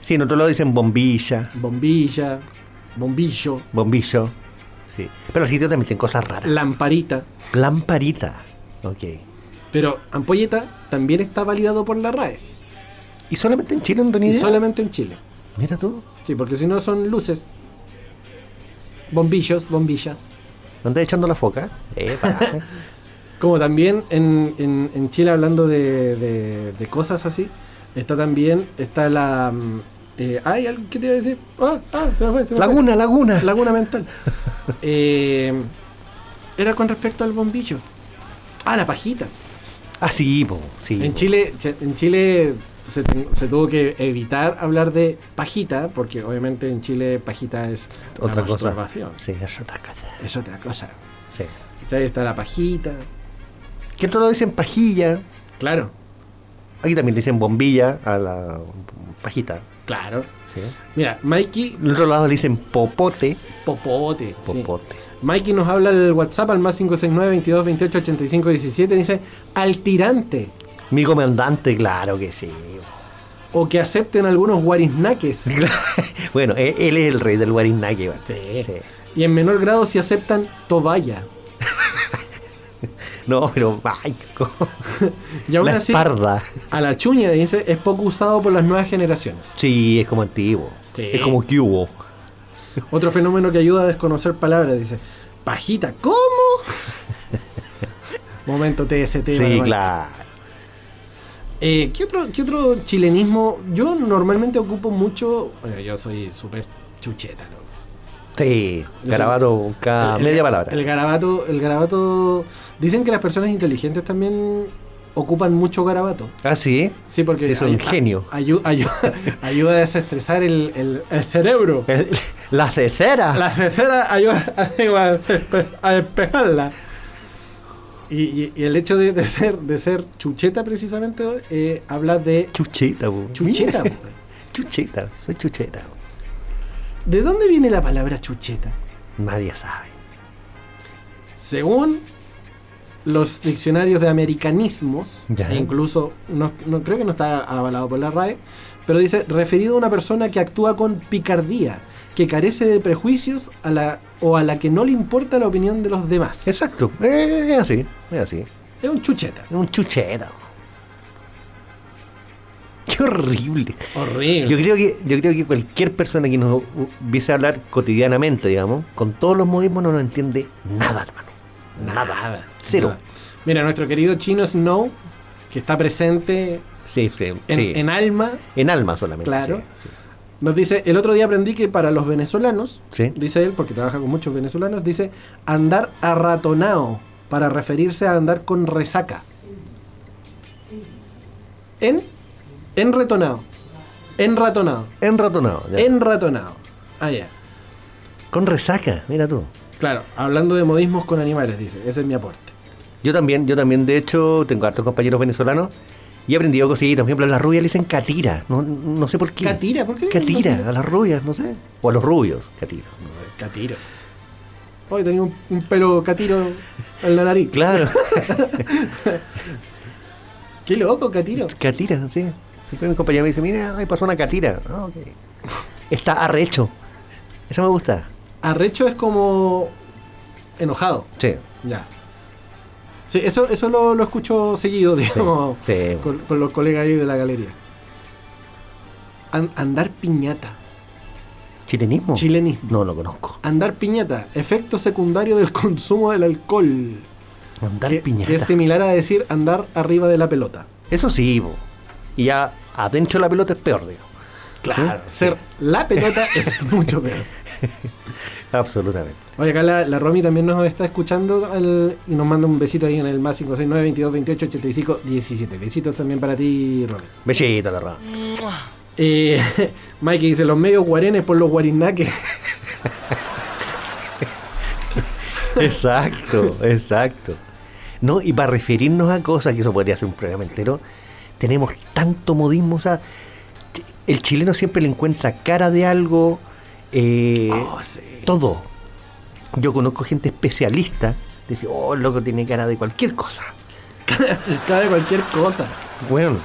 D: Sí, en otro lado dicen bombilla,
C: Bombilla, bombillo,
D: bombillo. Sí. Pero los sitios también tienen cosas raras.
C: lamparita.
D: Lamparita. Ok.
C: Pero ampolleta también está validado por la RAE.
D: ¿Y solamente en Chile no tenía
C: Y
D: idea?
C: solamente en Chile.
D: Mira tú.
C: Sí, porque si no son luces. Bombillos, bombillas.
D: ¿No estás echando la foca? Epa.
C: Como también en, en- en Chile, hablando de, de- de cosas así, está también, está la... mm, eh, ay, algo que te iba a decir. Ah, ah, se me fue. se me fue.
D: laguna, laguna.
C: Laguna mental. Eh, era con respecto al bombillo. Ah, la pajita.
D: Ah, sí, po. Sí,
C: En
D: po.
C: Chile, che- en Chile se, ten- se tuvo que evitar hablar de pajita, porque obviamente en Chile pajita es una
D: Otra cosa.
C: masturbación.
D: Sí, es otra cosa.
C: Es otra cosa.
D: Sí.
C: ¿Cachai? Está la pajita.
D: Que otro lado dicen pajilla.
C: Claro,
D: Aquí también le dicen bombilla a la pajita.
C: claro.
D: Sí.
C: Mira, Mikey,
D: En otro lado le dicen popote.
C: popote. sí.
D: Popote.
C: Mikey nos habla el WhatsApp al más 569 22 28 85 17 dice al tirante
D: Mi comandante, claro que sí.
C: o que acepten algunos guarisnaques.
D: bueno, e- él es el rey del guarinaki. bueno.
C: Sí.
D: Sí.
C: Y en menor grado si aceptan tobaya.
D: No, pero ay, co-
C: Y aún
D: la
C: así,
D: espalda.
C: a la chuña dice es poco usado por las nuevas generaciones.
D: Sí, es como antiguo.
C: Sí.
D: Es como que hubo.
C: Otro fenómeno que ayuda a desconocer palabras, dice. Pajita, ¿cómo? Momento TST.
D: Sí,
C: Manuel.
D: claro.
C: Eh, ¿qué, otro, ¿Qué otro chilenismo? Yo normalmente ocupo mucho. Bueno, yo soy súper chucheta, ¿no?
D: Sí, garabato cada
C: El- el-
D: media palabra.
C: El garabato, el garabato. Dicen que las personas inteligentes también ocupan mucho garabato.
D: ah, sí.
C: Sí, porque
D: Es un
C: ay-
D: genio.
C: ayu- ayu- ayuda a desestresar el, el- el cerebro.
D: El- la cecera.
C: La cesera ayuda ayuda a, despe- a despejarla. Y, y- y el hecho de, de ser, de ser chucheta, precisamente, eh, habla de
D: Chucheta, po.
C: chucheta.
D: Mira, Chucheta, soy chucheta. po.
C: ¿De dónde viene la palabra chucheta?
D: Nadie sabe.
C: Según los diccionarios de americanismos,
D: Ya.
C: e incluso no, no- creo que no está avalado por la RAE, pero dice referido a una persona que actúa con picardía, que carece de prejuicios a la, o a la que no le importa la opinión de los demás.
D: Exacto. eh, es así, es así.
C: Es un chucheta.
D: Es un chucheta. po. Qué horrible.
C: Horrible.
D: Yo creo que yo creo que cualquier persona que nos viese hablar cotidianamente, digamos, con todos los modismos no nos entiende nada, hermano. Nada. Cero.
C: Mira, nuestro querido chino Snow que está presente
D: Sí, sí,
C: en,
D: sí.
C: en alma.
D: En alma solamente.
C: Claro.
D: sí,
C: Nos dice, el otro día aprendí que para los venezolanos,
D: Sí.
C: dice él, porque trabaja con muchos venezolanos, dice andar arratonao para referirse a andar con resaca. En, en retonao. En ratonao.
D: sí. Enratonado. ya.
C: En ratonao. Ah, ya.
D: Con resaca, mira tú.
C: Claro, hablando de modismos con animales, dice. Ese es mi aporte.
D: Yo también, yo también, de hecho, tengo hartos compañeros venezolanos y he aprendido cositas. Por ejemplo, a las rubias le dicen catira. No, no sé por qué.
C: ¿Catira? ¿Por qué le dicen
D: Catira,
C: catira?
D: a las rubias, no sé. O a los rubios, catira.
C: Catiro. Hoy tenía un, un pelo catiro en la nariz.
D: Claro,
C: Qué loco, catiro.
D: catira, sí. Siempre mi compañero me dice, mira, ahí pasó una catira. Ah, ok. Está arrecho. Eso me gusta.
C: Arrecho es como enojado.
D: Sí.
C: Ya. Sí, eso, eso lo, lo escucho seguido, digamos,
D: sí.
C: Con, con los colegas ahí de la galería. An- andar piñata.
D: ¿Chilenismo?
C: Chilenismo.
D: No lo conozco.
C: Andar piñata, efecto secundario del consumo del alcohol.
D: Andar
C: que,
D: piñata.
C: que es similar a decir andar arriba de la pelota.
D: Eso sí, po. Y ya adentro de la pelota es peor, digo. ¿Eh? Claro,
C: Ser la pelota es mucho peor.
D: Absolutamente.
C: Oye, acá la, la Romy también nos está escuchando al- y nos manda un besito ahí en el más 569 22 28 85 17. Besitos también para ti, Romy.
D: Besito, la rama.
C: Eh, Mikey dice, los medios guarenes por los guarinaques.
D: Exacto, exacto. No, y para referirnos a cosas, que eso podría ser un programa entero, tenemos tanto modismo, o sea, ch- el chileno siempre le encuentra cara de algo, eh,
C: Oh,
D: todo. Yo conozco gente especialista, dice, oh, loco, tiene cara de cualquier cosa.
C: Cada de cualquier cosa.
D: Bueno,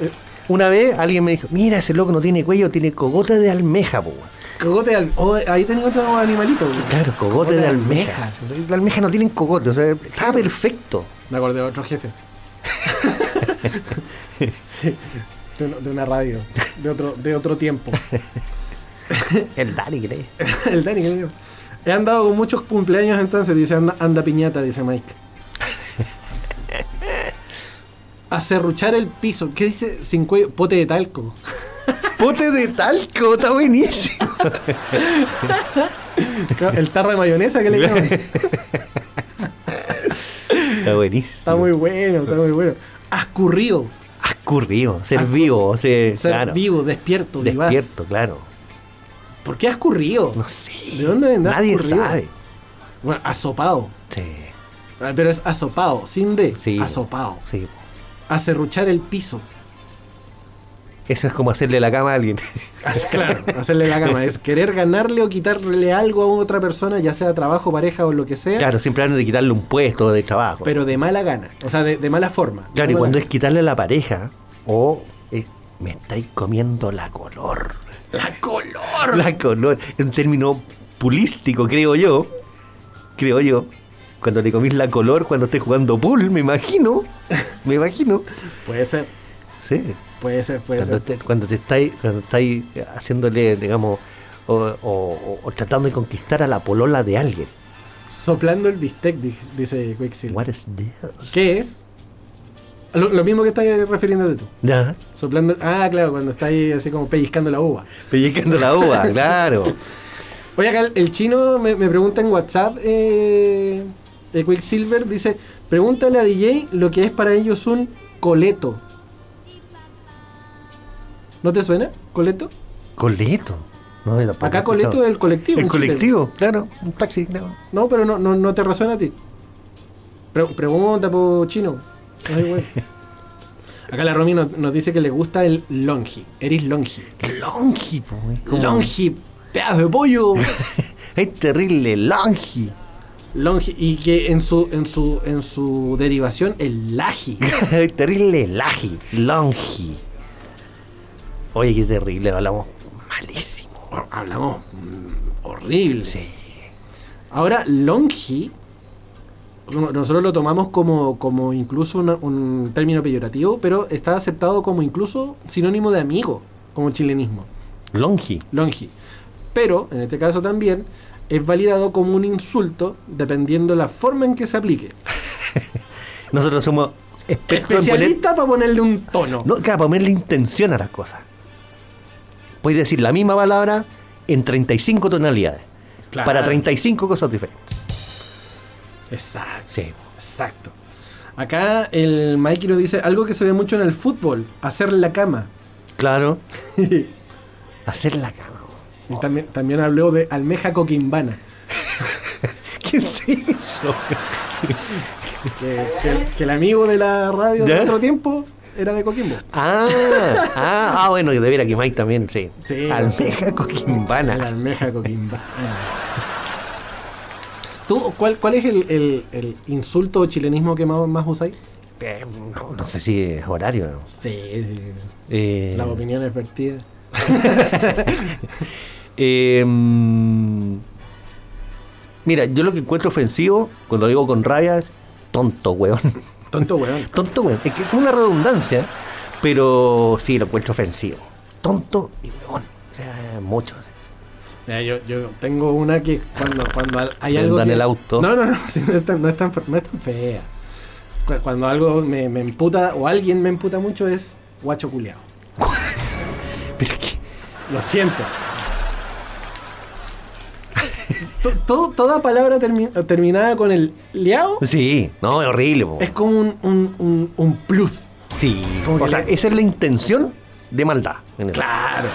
D: Eh, una vez alguien me dijo, mira, ese loco no tiene cuello, tiene cogota de almeja, po, weón".
C: Cogote de al- oh, ahí tengo otro animalito. güey.
D: Claro, cogote, de, almeja. Las almejas no tienen cogote, o sea, está perfecto.
C: Me acordé de otro jefe. sí, de, un- de una radio, de otro, de otro tiempo.
D: El Dani, cree.
C: El Dani que le digo. He andado con muchos cumpleaños entonces, dice anda, anda piñata, dice Mike. Acerruchar el piso. ¿Qué dice sin cuello? Pote de talco.
D: Pote de talco, está buenísimo.
C: El tarro de mayonesa que le llaman.
D: Está buenísimo. Ah,
C: Está muy bueno, está muy bueno. Ascurrido.
D: Ascurrido, ser vivo,
C: Ah,
D: o sea,
C: Ser
D: claro.
C: vivo, despierto, vivaz.
D: Despierto, claro.
C: ¿Por qué ascurrido?
D: No sé.
C: ¿De dónde vendrá
D: Nadie
C: escurrido?
D: sabe.
C: Bueno, asopado.
D: Sí,
C: Ah, Pero es asopado, sin D.
D: Sí.
C: Asopado.
D: sí.
C: Acerruchar el piso.
D: Eso es como hacerle la cama a alguien.
C: Así, Claro, hacerle la cama. Es querer ganarle o quitarle algo a otra persona, ya sea trabajo, pareja o lo que sea,
D: Claro, siempre hablan de quitarle un puesto de trabajo.
C: pero de mala gana. O sea, de, de mala forma.
D: claro,
C: De
D: y
C: mala
D: cuando es quitarle a la pareja, o es, me estáis comiendo la color.
C: ¡La color!
D: La color. Es un término pulístico, creo yo. Creo yo. Cuando le comís la color, cuando estés jugando pool, me imagino. Me imagino.
C: Puede ser,
D: Sí.
C: puede ser, puede
D: Cuando
C: ser.
D: te, cuando te estáis, cuando estáis haciéndole, digamos, o, o- o- o tratando de conquistar a la polola de alguien.
C: Soplando el bistec, di- dice Quicksilver.
D: What is this?
C: ¿Qué es? Lo, lo mismo que estás refiriéndote tú.
D: Ya,
C: Soplando. Ah, claro, cuando estáis así como pellizcando la uva.
D: Pellizcando la uva, claro.
C: Oye, acá el, el chino me, me pregunta en WhatsApp, eh, el Quicksilver dice, pregúntale a DJ lo que es para ellos un coleto. ¿No te suena? ¿Coleto?
D: Coleto. No, yo tampoco
C: Acá
D: he
C: coleto
D: escuchado.
C: del colectivo.
D: El
C: en Chile.
D: colectivo, claro. Un taxi, claro.
C: No, pero no, no, no te resuena a ti. Pre- pregunta, po, chino. Ay, güey. Acá la Romy nos, nos dice que le gusta el longi. Eres longi.
D: Longi, po, es como-
C: Longi, pedazo de pollo.
D: Es terrible, longi.
C: Longi, y que en su, en su, en su derivación, el laji.
D: Es terrible, laji. Longi. Oye, qué terrible, lo hablamos malísimo.
C: Hablamos mm, horrible.
D: Sí.
C: Ahora, longi, no- nosotros lo tomamos como, como incluso una- un término peyorativo, pero está aceptado como incluso sinónimo de amigo, como chilenismo.
D: Longi.
C: Longi. Pero, en este caso también, es validado como un insulto dependiendo la forma en que se aplique.
D: Nosotros somos experto en poner.
C: Especialista para ponerle un tono.
D: No, claro, para ponerle intención a las cosas. Puedes decir la misma palabra en 35 tonalidades.
C: Claro.
D: Para 35 cosas diferentes.
C: Exacto.
D: Sí.
C: Exacto. Acá el Mikey nos dice algo que se ve mucho en el fútbol, hacer la cama.
D: Claro.
C: y
D: Hacer la cama.
C: también, también habló de almeja coquimbana.
D: ¿Qué es eso?
C: Que, que- que el amigo de la radio
D: ¿Ya?
C: de otro tiempo era de Coquimbo.
D: Ah, ah, ah, bueno, de veras que Mike también, sí.
C: Sí.
D: Almeja
C: La
D: coquimbana.
C: almeja coquimbana. ¿Tú cuál, cuál es el, el- el insulto o chilenismo que más, más usáis?
D: Eh, no, no sé si es horario. no sé.
C: Sí, sí.
D: Eh,
C: Las opiniones vertidas.
D: eh, mm, mira, yo lo que encuentro ofensivo, cuando lo digo con rabia, es tonto, weón.
C: Tonto weón.
D: Tonto, weón. Es que es como una redundancia, pero sí, lo encuentro ofensivo. Tonto y weón. O sea, mucho.
C: Mira, yo, yo tengo una que cuando, cuando al- hay algo.
D: Andan
C: que-
D: el auto.
C: No, no, no, sí, no, es tan, no es tan fe- no es tan fea. Cu- Cuando algo me, me emputa o alguien me emputa mucho es guacho culeado.
D: Pero es que
C: Lo siento. To- todo- toda palabra termi- terminada con el liao
D: Sí, no, es horrible. po.
C: es como un, un- un- un plus.
D: Sí,
C: como
D: o
C: que
D: sea,
C: le-
D: esa es la intención de maldad. en el-
C: Claro.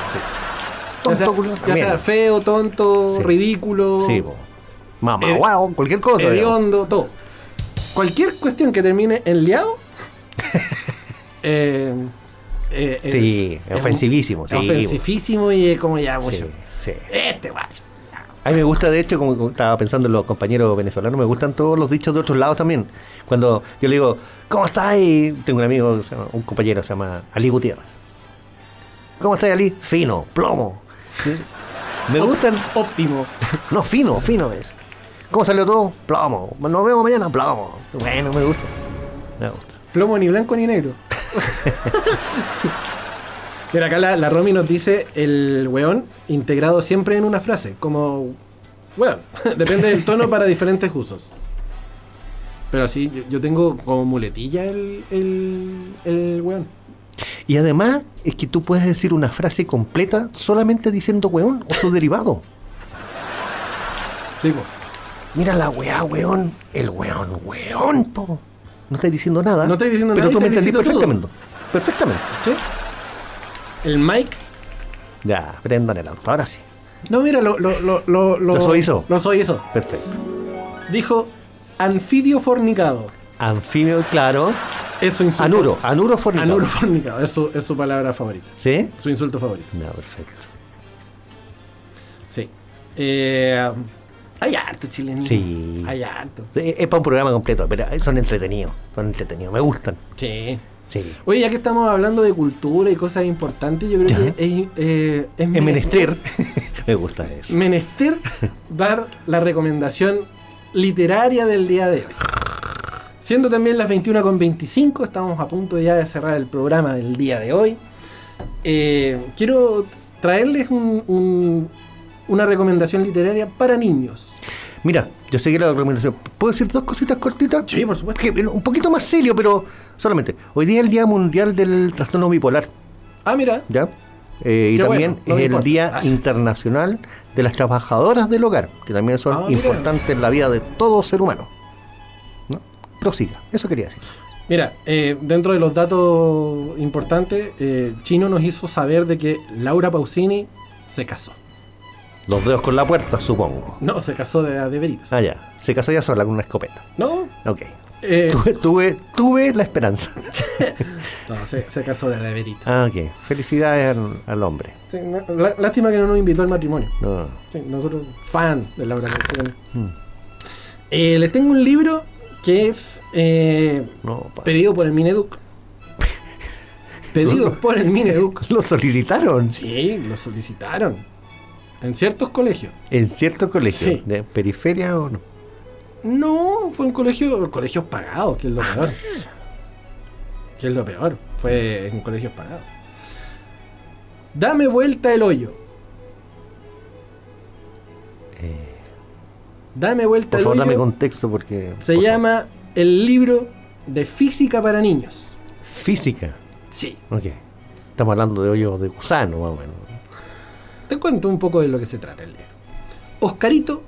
D: Tonto,
C: ya sea,
D: culo,
C: ya sea
D: mierda.
C: feo, tonto,
D: Sí.
C: ridículo,
D: Sí, po. Mamá,
C: Hed-
D: guau, cualquier cosa.
C: eh,
D: digamos.
C: hediondo, todo. Cualquier cuestión que termine en liao eh, eh, eh,
D: Sí,
C: es
D: ofensivísimo.
C: un-
D: sí,
C: ofensivísimo y es como ya,
D: po. Sí,
C: mucho.
D: sí.
C: Este guacho.
D: A mí me gusta, de hecho, como como estaba pensando en los compañeros venezolanos, me gustan todos los dichos de otros lados también. Cuando yo le digo, ¿cómo estás? Y Tengo un amigo, que se llama- un compañero, se llama Ali Gutiérrez. ¿Cómo estás, Ali? Fino, plomo. Sí. Me gustan,
C: Óptimo.
D: no, fino, fino es. ¿Cómo salió todo? Plomo. Nos vemos mañana, plomo. Bueno, me gusta. Me gusta.
C: Plomo ni blanco ni negro. Mira, acá la, la Romy nos dice el weón integrado siempre en una frase, como weón. Depende del tono para diferentes usos. Pero sí, yo, yo tengo como muletilla el, el, el weón.
D: Y además es que tú puedes decir una frase completa solamente diciendo weón o su derivado.
C: Sí, po.
D: Mira la weá, weón. El weón, weón, po. No estás diciendo nada.
C: No estoy diciendo nada,
D: Pero tú me
C: estoy
D: entendí
C: diciendo
D: perfectamente. Perfectamente.
C: ¿Sí? El Mike.
D: Ya, prendan el auto. Ahora sí.
C: No, mira, lo. Lo, lo, lo,
D: Lo suavizó.
C: Lo suavizó.
D: Perfecto.
C: Dijo anfibio fornicado.
D: Anfibio, claro.
C: Eso insulto.
D: Anuro, anuro fornicado.
C: Anuro fornicado. Es su, es su palabra favorita.
D: ¿Sí?
C: Su insulto favorito.
D: No, perfecto.
C: Sí. Eh, hay harto chileno.
D: Sí.
C: Hay harto.
D: Eh, Es para un programa completo, pero son entretenidos. Son entretenidos. Me gustan.
C: Sí.
D: Sí.
C: Oye, ya que estamos hablando de cultura y cosas importantes, yo creo
D: Ya.
C: que es, eh, es
D: En menester. me gusta eso.
C: menester dar la recomendación literaria del día de hoy. Siendo también las 21 con 25, estamos a punto ya de cerrar el programa del día de hoy. Eh, quiero traerles un- un- una recomendación literaria para niños.
D: Mira, yo sé que la recomendación. ¿Puedo decir dos cositas cortitas?
C: Sí, por supuesto.
D: Que, eh, un poquito más serio, pero solamente. Hoy día es el Día Mundial del Trastorno Bipolar,
C: Ah, mira,
D: ¿ya? Eh, y
C: Qué
D: también
C: bueno, no me
D: es el
C: importa.
D: Día
C: Ah, sí.
D: Internacional de las Trabajadoras del Hogar, que también son
C: Ah, mira.
D: importantes en la vida de todo ser humano. ¿No? Prosiga, eso quería decir.
C: Mira, eh, dentro de los datos importantes, eh, Chino nos hizo saber de que Laura Pausini se casó.
D: Los dedos con la puerta, supongo.
C: No, se casó de, de veritas.
D: Ah, ya. Se casó ya sola con una escopeta.
C: No,
D: Ok.
C: eh,
D: Tuve, tuve, tuve la esperanza.
C: no, se, se casó de, de veritas.
D: Ah, ok. Felicidades al, al hombre.
C: Sí, no, lá- lástima que no nos invitó al matrimonio.
D: No.
C: Sí, nosotros, fan de Laura Pausini. Eh, les tengo un libro que es eh,
D: No, pa-
C: pedido por el Mineduc. pedido por el Mineduc.
D: Lo solicitaron.
C: Sí, lo solicitaron. En ciertos colegios.
D: En cierto colegio,
C: Sí.
D: de periferia o no.
C: No, fue un colegio, colegios pagados, que es
D: Ah.
C: lo peor. Que es lo peor, fue en colegios pagados. Dame vuelta el hoyo. Dame vuelta
D: Por
C: el
D: favor,
C: hoyo.
D: Eh, dame contexto porque.
C: Se
D: por
C: llama el libro de física para niños.
D: Física.
C: Sí.
D: Ok. Estamos hablando de hoyos de gusano, más o menos.
C: Te cuento un poco de lo que se trata el libro. Oscarito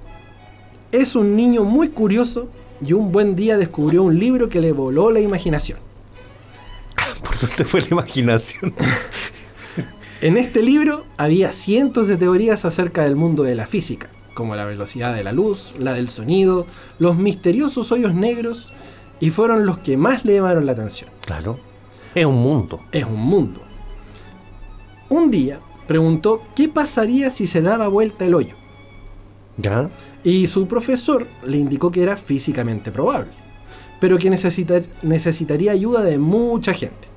C: es un niño muy curioso y un buen día descubrió un libro que le voló la imaginación.
D: Por suerte fue la imaginación.
C: En este libro había cientos de teorías acerca del mundo de la física, como la velocidad de la luz, la del sonido, los misteriosos hoyos negros, y fueron los que más le llamaron la atención.
D: claro. Es un mundo.
C: Es un mundo. Un día preguntó qué pasaría si se daba vuelta el hoyo,
D: ¿Ya?
C: y su profesor le indicó que era físicamente probable, pero que necesitar- necesitaría ayuda de mucha gente.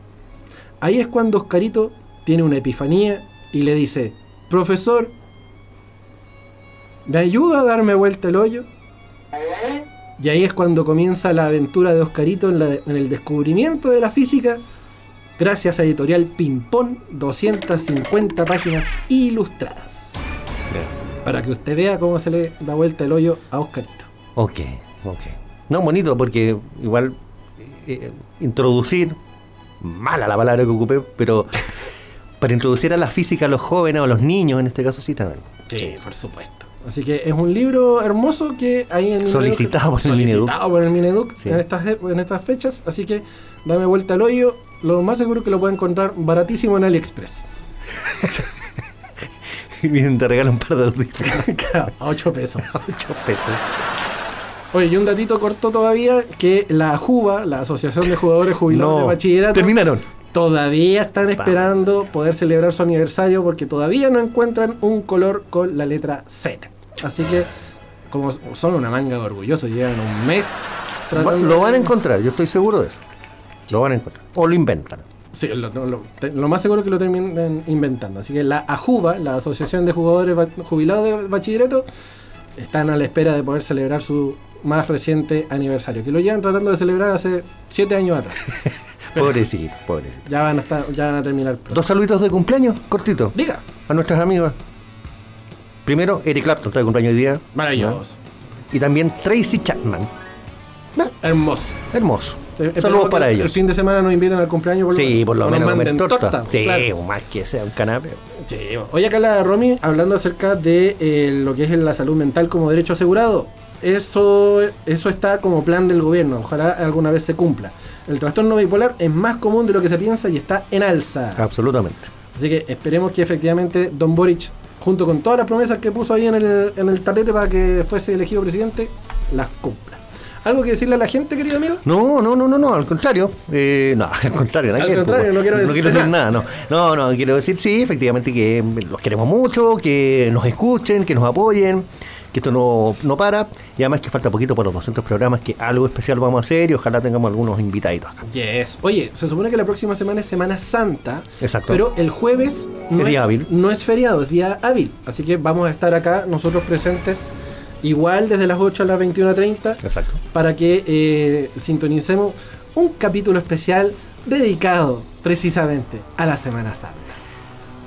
C: Ahí es cuando Oscarito tiene una epifanía y le dice, profesor, ¿me ayuda a darme vuelta el hoyo? Y ahí es cuando comienza la aventura de Oscarito en, la- en el descubrimiento de la física, gracias a Editorial Pimpón, 250 páginas ilustradas. Para que usted vea cómo se le da vuelta el hoyo a Oscarito.
D: Ok, ok. No, bonito, porque igual eh, introducir, mala la palabra que ocupé, pero para introducir a la física a los jóvenes o a los niños, en este caso sí también.
C: Sí, por supuesto. Así que es un libro hermoso que hay en
D: Solicitado por el
C: solicitado por el Mineduc
D: Sí.
C: en, estas, e- en estas fechas. Así que dame vuelta al hoyo. Lo más seguro es que lo puede encontrar baratísimo en AliExpress.
D: Y Miren, te regalan un par de audífonos.
C: a 8 pesos.
D: Ocho pesos.
C: Oye, y un datito corto todavía, que la JUBA, la Asociación de Jugadores Jubilados de
D: No,
C: Bachillerato,
D: terminaron.
C: todavía están esperando poder celebrar su aniversario porque todavía no encuentran un color con la letra Z. Así que, como son una manga de orgullosos, llevan un mes
D: Va-
C: tratando
D: Lo van a
C: de-
D: encontrar, yo estoy seguro de eso. Lo van a encontrar. O lo inventan.
C: Sí, lo, lo- lo- te- lo más seguro es que lo terminen inventando. Así que la AJUBA, la Asociación de Jugadores Ba- Jubilados de Bachillerato, están a la espera de poder celebrar su más reciente aniversario, que lo llevan tratando de celebrar hace siete años atrás.
D: Pobrecito, pobrecito.
C: Ya van a, estar- ya van a terminar pronto.
D: Dos saluditos de cumpleaños, cortito,
C: Diga.
D: a nuestras amigas. Primero, Eric Clapton, está de cumpleaños hoy día.
C: Maravilloso.
D: Y también Tracy Chapman.
C: Hermoso.
D: Hermoso.
C: Eh, esperemos
D: Saludos
C: que
D: para
C: el-
D: ellos.
C: El fin de semana nos invitan al cumpleaños.
D: Sí, por lo
C: o nos
D: menos comer
C: manden
D: torta.
C: torta,
D: Sí,
C: claro.
D: o más que sea un canapé.
C: Sí, bo. Oye, acá la Romy, hablando acerca de eh, lo que es la salud mental como derecho asegurado, eso, eso está como plan del gobierno, ojalá alguna vez se cumpla. El trastorno bipolar es más común de lo que se piensa y está en alza.
D: Ah. Absolutamente.
C: Así que esperemos que efectivamente Don Boric, junto con todas las promesas que puso ahí en el, en el tapete para que fuese elegido presidente, las cumpla. ¿Algo que decirle a la gente, querido amigo?
D: No, no, no, no, no, al contrario. Eh, no, al contrario, nada
C: Al
D: que ver,
C: contrario,
D: pues,
C: no quiero decir
D: nada. no. No, no, quiero decir, sí, efectivamente que los queremos mucho, que nos escuchen, que nos apoyen, que esto no, no para. Y además que falta poquito para los 200 programas, que algo especial vamos a hacer y ojalá tengamos algunos invitaditos acá.
C: Yes. Oye, se supone que la próxima semana es Semana Santa.
D: Exacto.
C: Pero el jueves no
D: Es día hábil.
C: no es feriado, es día hábil. Así que vamos a estar acá nosotros presentes igual desde las 8 a las 21.30
D: Exacto.
C: para que eh, sintonicemos un capítulo especial dedicado precisamente a la Semana Santa.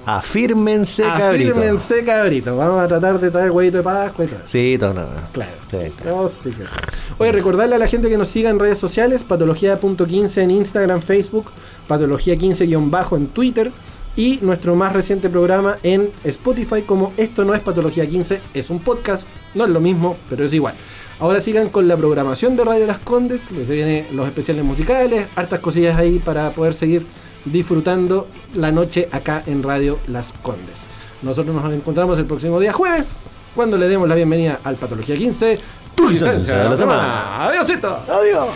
D: Afírmense, cabrito.
C: Afírmense, cabrito. Vamos a tratar de traer huevito de Pascua y todo eso.
D: Sí, todo, no, no.
C: Claro.
D: Sí, claro.
C: Oh, sí que sí. Oye, recordarle a la gente que nos siga en redes sociales, patología.15 en Instagram, Facebook, patología15-bajo en Twitter y nuestro más reciente programa en Spotify como Esto no es Patología 15, es un podcast, no es lo mismo, pero es igual. Ahora sigan con la programación de Radio Las Condes, que se vienen los especiales musicales, hartas cosillas ahí para poder seguir disfrutando la noche acá en Radio Las Condes. Nosotros nos encontramos el próximo día jueves, cuando le demos la bienvenida al Patología 15, tu licencia de la semana. Adiósito.
D: Adiós.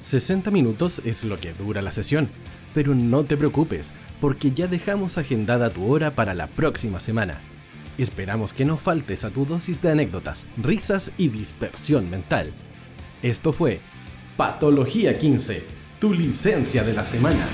B: Sesenta minutos es lo que dura la sesión, pero no te preocupes, porque ya dejamos agendada tu hora para la próxima semana. Esperamos que no faltes a tu dosis de anécdotas, risas y dispersión mental. Esto fue Patología 15, tu licencia de la semana.